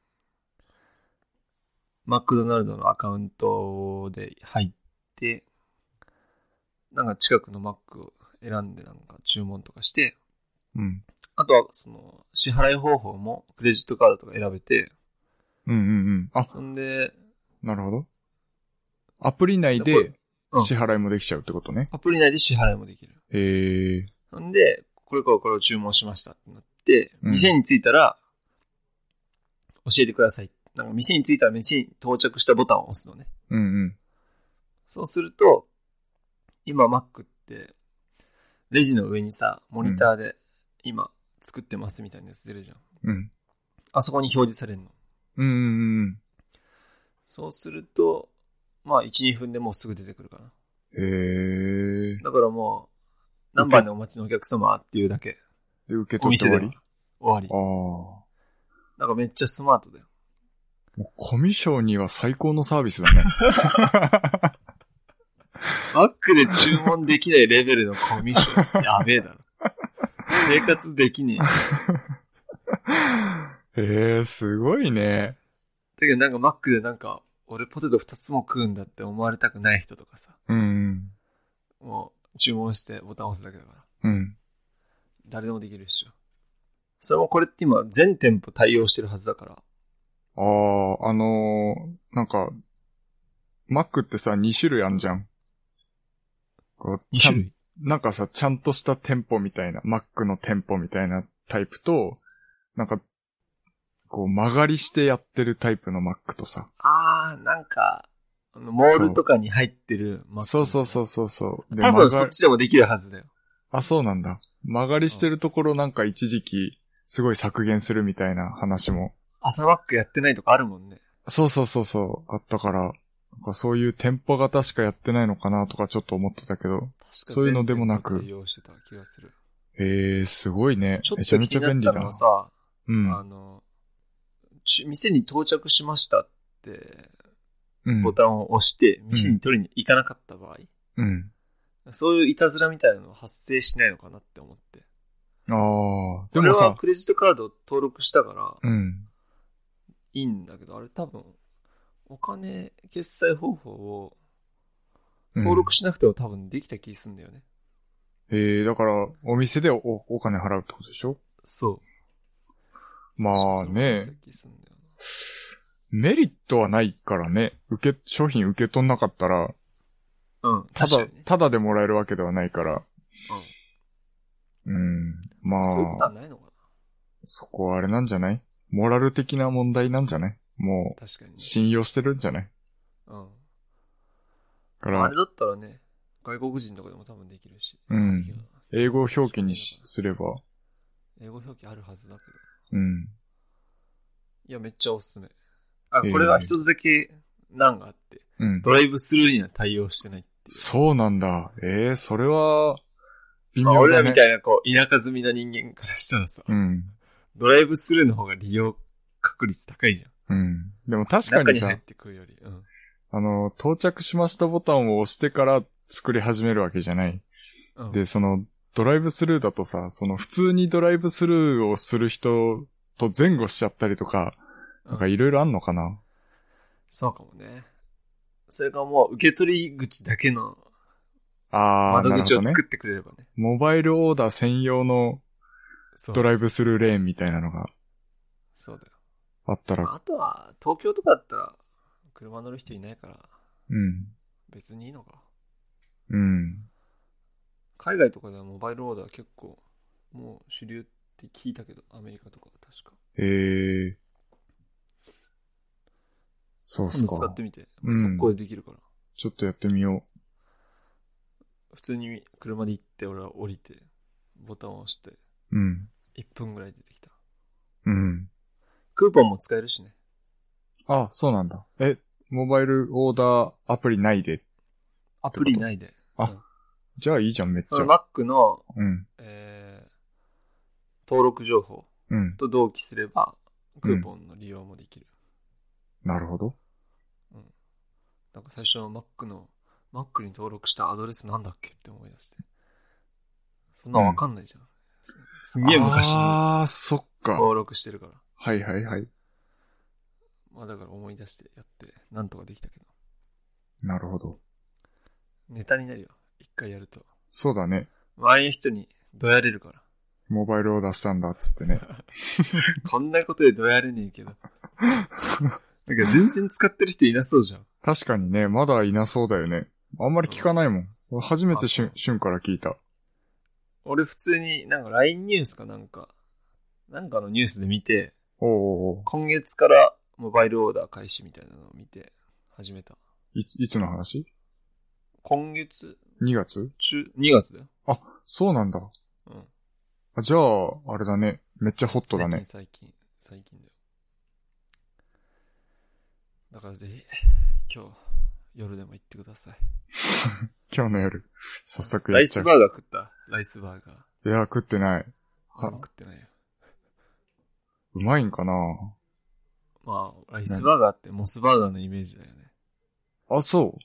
Speaker 1: マクドナルドのアカウントで入って、なんか近くのマックを選んでなんか注文とかして、
Speaker 2: うん。
Speaker 1: あとはその支払い方法もクレジットカードとか選べて、
Speaker 2: うんうんうん。あ、
Speaker 1: そんで、
Speaker 2: なるほど。アプリ内
Speaker 1: これ
Speaker 2: で
Speaker 1: うん
Speaker 2: 支払いもできちゃうってことね。
Speaker 1: アプリ内で支払いもできる。
Speaker 2: へえ。
Speaker 1: ほんで、これこれこれを注文しましたってなって、
Speaker 2: うん
Speaker 1: 店に着いたら、教えてください。なんか店に着いたら店に到着したボタンを押すのね。
Speaker 2: うんうん。
Speaker 1: そうすると、今 Mac って、レジの上にさ、モニターで今作ってますみたいなやつ出るじゃん。
Speaker 2: うん。
Speaker 1: あそこに表示されるの。
Speaker 2: うんうん
Speaker 1: そうすると、まあ1、2分でもうすぐ出てくるかな。
Speaker 2: うん。へえ。
Speaker 1: だからもう、何番でお待ちのお客様っていうだけ。
Speaker 2: で受け
Speaker 1: お
Speaker 2: 取って
Speaker 1: 店
Speaker 2: 終
Speaker 1: で
Speaker 2: わ
Speaker 1: は
Speaker 2: り
Speaker 1: 終わり
Speaker 2: あ。あ。
Speaker 1: なんかめっちゃスマートだよ。
Speaker 2: コミュ障には最高のサービス だね。
Speaker 1: Mac で注文できないレベルのコミッシ ョン。やべえだろ。生活できねえ。だ
Speaker 2: へえ、すごいね。
Speaker 1: けどなんか Mac でなんか、俺ポテト2つも食うんだって思われたくない人とかさ。
Speaker 2: うん。
Speaker 1: もう注文してボタン押すだけだから。
Speaker 2: うん。
Speaker 1: 誰でもできるっしょ。それもこれって今全店舗対応してるはずだから。
Speaker 2: ああ、あのーなんか、Mac ってさ、2種類あんじゃん。こうちゃん
Speaker 1: 類
Speaker 2: なんかさ、ちゃんとした店舗みたいな、Mac の店舗みたいなタイプと、なんか、こう曲がりしてやってるタイプの Mac とさ。
Speaker 1: あー、なんか、あのモールとかに入ってるマック
Speaker 2: そうそうそうそうそう。で
Speaker 1: 多分
Speaker 2: 曲
Speaker 1: そ
Speaker 2: が
Speaker 1: っちでもできるはずだよ。
Speaker 2: あ、そうなんだ。曲がりしてるところなんか一時期、すごい削減するみたいな話も。
Speaker 1: 朝マックやってないとかあるもんね。
Speaker 2: そうそうそうそう、あったから、なんかそういう店舗型しかやってないのかなとかちょっと思ってたけど。
Speaker 1: 確か
Speaker 2: そういうのでもなく
Speaker 1: 全店舗対応してた気がする。
Speaker 2: えー、すごいね
Speaker 1: ちょ。
Speaker 2: め
Speaker 1: っ
Speaker 2: ちゃ
Speaker 1: と
Speaker 2: めち
Speaker 1: 気
Speaker 2: ゃ便
Speaker 1: に
Speaker 2: 利
Speaker 1: な
Speaker 2: だ
Speaker 1: ったの
Speaker 2: な
Speaker 1: は。さ、
Speaker 2: うん。
Speaker 1: あの、ち店に到着しましたって、
Speaker 2: うん
Speaker 1: ボタンを押して、店に取りに行かなかった場合、
Speaker 2: うん。
Speaker 1: そういういたずらみたいなのは発生しないのかなって思って。
Speaker 2: ああ、で
Speaker 1: 俺
Speaker 2: も
Speaker 1: は
Speaker 2: さ、
Speaker 1: クレジットカードを登録したから
Speaker 2: うん。
Speaker 1: いいんだけど、あれ多分、お金決済方法を
Speaker 2: うん
Speaker 1: 登録しなくても多分できた気すんだよね。
Speaker 2: えー、だから、お店でおお金払うってことでしょ
Speaker 1: そう。
Speaker 2: まあね、。メリットはないからね、受け、商品受け取んなかったら、
Speaker 1: うん。
Speaker 2: た
Speaker 1: 確か
Speaker 2: だ
Speaker 1: にね、。
Speaker 2: ただでもらえるわけではないから。うん。ま
Speaker 1: そういうことは
Speaker 2: あ、
Speaker 1: ないのかな
Speaker 2: そこはあれなんじゃないモラル的な問題なんじゃないもう、
Speaker 1: 確かにね。
Speaker 2: 信用してるんじゃない
Speaker 1: うん。あ
Speaker 2: から
Speaker 1: れ、だったらね、外国人とかでも多分できるし。
Speaker 2: うん
Speaker 1: できるな
Speaker 2: 英語表記にしすれば、
Speaker 1: 英語表記あるはずだけど。
Speaker 2: うん。
Speaker 1: いや、めっちゃおすすめ。あ、こ
Speaker 2: えー
Speaker 1: れは一つだけ難があって、
Speaker 2: うん。
Speaker 1: ドライブスルーには対応してないっていう。
Speaker 2: そうなんだ。えー、それは、微
Speaker 1: まあ、
Speaker 2: 妙
Speaker 1: 俺
Speaker 2: だ
Speaker 1: ら
Speaker 2: ね。
Speaker 1: みたいな、こう、田舎住みな人間からしたらさ、
Speaker 2: うん。
Speaker 1: ドライブスルーの方が利用確率高いじゃん。
Speaker 2: うん。でも確か
Speaker 1: 中
Speaker 2: に
Speaker 1: に
Speaker 2: さ
Speaker 1: 入っ、てくるより。うん。
Speaker 2: あの、到着しましたボタンを押してから作り始めるわけじゃない。
Speaker 1: うん、
Speaker 2: で、その、ドライブスルーだとさ、その普通にドライブスルーをする人と前後しちゃったりとか、
Speaker 1: うん
Speaker 2: なんかいろいろあんのかな。
Speaker 1: そうかもね。それかもう、受け取り口だけの
Speaker 2: あー、
Speaker 1: 窓
Speaker 2: なるほ
Speaker 1: 口
Speaker 2: ど
Speaker 1: を
Speaker 2: ね
Speaker 1: 作。ってくれればね。
Speaker 2: モバイルオーダー専用の
Speaker 1: そう
Speaker 2: ドライブスルーレーンみたいなのが
Speaker 1: そうだよ。
Speaker 2: あったら、
Speaker 1: まああとは、東京とかだったら、車乗る人いないから、
Speaker 2: うん。
Speaker 1: 別にいいのか。
Speaker 2: うん。
Speaker 1: 海外とかではモバイルオーダー結構、もう主流って聞いたけど、アメリカとかは確か。
Speaker 2: えー。そうっす
Speaker 1: 今度使
Speaker 2: か
Speaker 1: って。みて、
Speaker 2: うん
Speaker 1: 速攻でできるから。
Speaker 2: ちょっとやってみよ
Speaker 1: 普通に車で行って、俺は降りて、ボタンを押して、
Speaker 2: う。うん。
Speaker 1: 1分ぐらい出てきた。
Speaker 2: うん。
Speaker 1: クーポンも使えるしね。
Speaker 2: あ、そうなんだ。え、モバイルオーダーアプリないで。
Speaker 1: アプリ内で。
Speaker 2: じゃあいいじゃん、めっち
Speaker 1: そ
Speaker 2: ゃ
Speaker 1: の。Mac の、
Speaker 2: うん。
Speaker 1: えー登録情報
Speaker 2: うん。
Speaker 1: と同期すれば、クーポンの利用もできる。
Speaker 2: なるほど。
Speaker 1: なんか最初の Mac の、Mac に登録したアドレスなんだっけって思い出して。そんなわかんないじゃん。すげえ昔に
Speaker 2: ああ、そっか。
Speaker 1: 登録してるから。
Speaker 2: はいはいはい。
Speaker 1: まあだから思い出してやって、なんとかできたけど。
Speaker 2: なるほど。
Speaker 1: ネタになるよ。一回やると。
Speaker 2: そうだね。
Speaker 1: 周りの人にどやれる から。
Speaker 2: モバイルを出したんだっつってね。
Speaker 1: こんなことでどやれねえけど。なんか全然使ってる人いなそうじゃん。
Speaker 2: 確かにね、まだいなそうだよね。あんまり聞かないもん。俺初めてしゅ
Speaker 1: あ
Speaker 2: ん、しゅんから聞いた。
Speaker 1: 俺普通になんか LINE ニュースかなんか、なんかのニュースで見て、
Speaker 2: おうおうおう
Speaker 1: 今月からモバイルオーダー開始みたいなのを見て始めた。
Speaker 2: いいつの話
Speaker 1: 今月
Speaker 2: ?2 月
Speaker 1: 中、2月だよ。
Speaker 2: あ、そうなんだ。
Speaker 1: うん。
Speaker 2: あじゃあ、あれだね。めっちゃホットだね。
Speaker 1: 最近、最近、最近だよ。だからぜひ、今日、夜でも行ってください。
Speaker 2: 今日の夜。早速
Speaker 1: ラ
Speaker 2: やっ
Speaker 1: イ
Speaker 2: ち
Speaker 1: ス
Speaker 2: ゃ
Speaker 1: バーガー食ったライスバーガー。
Speaker 2: う。いや、食ってない。
Speaker 1: あんま食ってないよ。
Speaker 2: うまいんかな
Speaker 1: まあ、ライスバーガーってモスバーガーのイメージだよね。
Speaker 2: あ、そ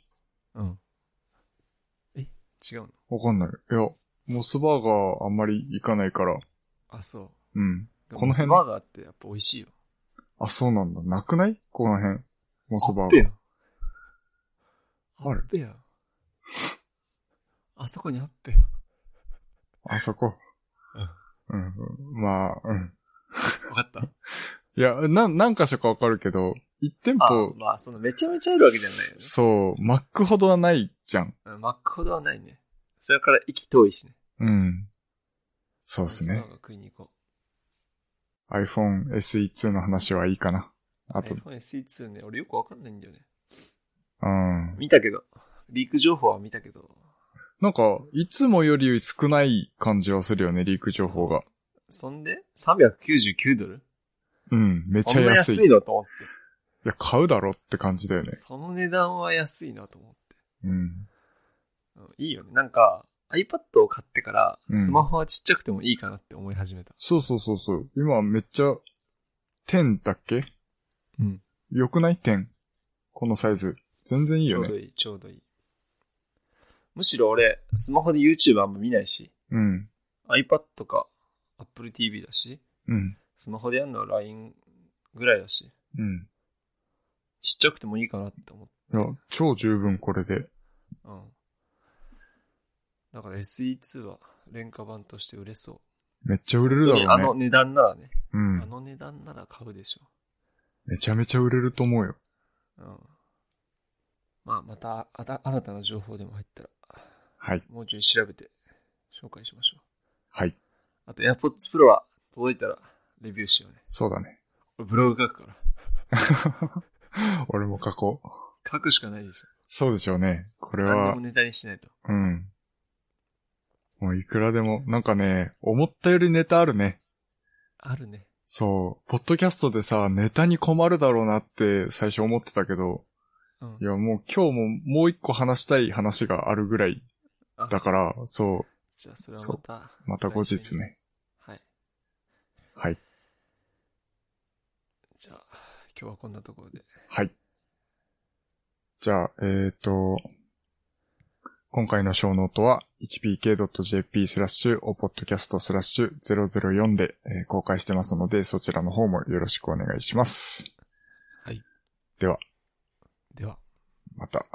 Speaker 1: うん。え違うの
Speaker 2: う。わかんない。いや、モスバーガーあんまり行かないから。
Speaker 1: あ、そう。
Speaker 2: うん。
Speaker 1: こ
Speaker 2: この
Speaker 1: の辺
Speaker 2: 辺
Speaker 1: モスバーガーってやっぱ美味しいよ。
Speaker 2: あ、そうなんだ。なくないこの辺。モスバ
Speaker 1: あっぺ
Speaker 2: ーガー。
Speaker 1: よ。あ
Speaker 2: ある
Speaker 1: っぺよ。あそこにあっぺよ。
Speaker 2: あそこ。うん。まあ、うん。
Speaker 1: わかった。
Speaker 2: いや、な、何箇所かわかるけど、一店
Speaker 1: あ
Speaker 2: 舗、
Speaker 1: まあ、そのめちゃめちゃあるわけじゃないよね
Speaker 2: そう、マックほどはないじゃん。
Speaker 1: うん。マックほどはないね。それから息遠いしね。
Speaker 2: うん。そうです
Speaker 1: モス
Speaker 2: ね
Speaker 1: バー。ガー食いに行こ
Speaker 2: iPhone SE2 の話はいいかな。
Speaker 1: う。
Speaker 2: あと、
Speaker 1: iPhone SE2 ね、俺よくわかんないんだよね。
Speaker 2: うん。
Speaker 1: 見たけど。リーク情報は見たけど。
Speaker 2: なんか、いつもより少ない感じはするよね、リーク情報が。
Speaker 1: そんで、399ドル
Speaker 2: うん、めっちゃ
Speaker 1: そんな
Speaker 2: 安い。
Speaker 1: 安いのと思って。
Speaker 2: いや、買うだろって感じだよね。
Speaker 1: その値段は安いなと思って
Speaker 2: うん。
Speaker 1: うん。いいよね。なんか、iPad を買ってから、
Speaker 2: うん
Speaker 1: スマホはちっちゃくてもいいかなって思い始めた。
Speaker 2: そうそうそうそう。今めっちゃ、10だっけ
Speaker 1: うん。
Speaker 2: よくない ?10。このサイズ。全然いい
Speaker 1: ちょ
Speaker 2: よ
Speaker 1: うど
Speaker 2: ね。
Speaker 1: いい、ちょうどいい。むしろ俺、スマホで YouTube あんま見ないし、
Speaker 2: うん。
Speaker 1: iPad とか Apple TV だし、
Speaker 2: うん。
Speaker 1: スマホでやるのは LINE ぐらいだし、
Speaker 2: うん。
Speaker 1: ちっちゃくてもいいかなって思って。
Speaker 2: いや、超十分これで。
Speaker 1: うん。だから SE2 は廉価版として売れそう。
Speaker 2: めっちゃ売れるだろうね。
Speaker 1: あの値段ならね、
Speaker 2: う
Speaker 1: あ
Speaker 2: ん。
Speaker 1: の値段なら買うでしょ。
Speaker 2: めちゃめちゃ売れると思うよ。
Speaker 1: うん。まあ、またあた新たな情報でも入ったら、
Speaker 2: はい。
Speaker 1: もうちょい調べて紹介しましょう。
Speaker 2: はい。
Speaker 1: あと AirPods Pro は届いたらレビューしようね。
Speaker 2: そうだね。
Speaker 1: 俺ブログ書くから。
Speaker 2: 俺も書こう。
Speaker 1: 書くしかないでしょ。
Speaker 2: そうでしょうね。これ
Speaker 1: 何で
Speaker 2: は
Speaker 1: も、ネタにしないと。
Speaker 2: うん。もういくらでも、なんかね、思ったよりネタあるね。
Speaker 1: あるね。
Speaker 2: そう。ポッドキャストでさ、ネタに困るだろうなって最初思ってたけど、
Speaker 1: うん
Speaker 2: い。やもう今日ももう一個話したい話があるぐらい
Speaker 1: あ
Speaker 2: だか。
Speaker 1: そう
Speaker 2: ら、
Speaker 1: じ
Speaker 2: そ
Speaker 1: ゃあそれはまた。
Speaker 2: う。また後日。ね。
Speaker 1: はい。
Speaker 2: はい。
Speaker 1: じゃあ、今日はこんなところで。
Speaker 2: はい。じゃあ、えっ、と、今回の小ノートは hpk.jp スラッシュおポッドキャストスラッシュ004で、えー公開してますので、そちらの方もよろしくお願いします。
Speaker 1: はい。
Speaker 2: では。
Speaker 1: では。
Speaker 2: また。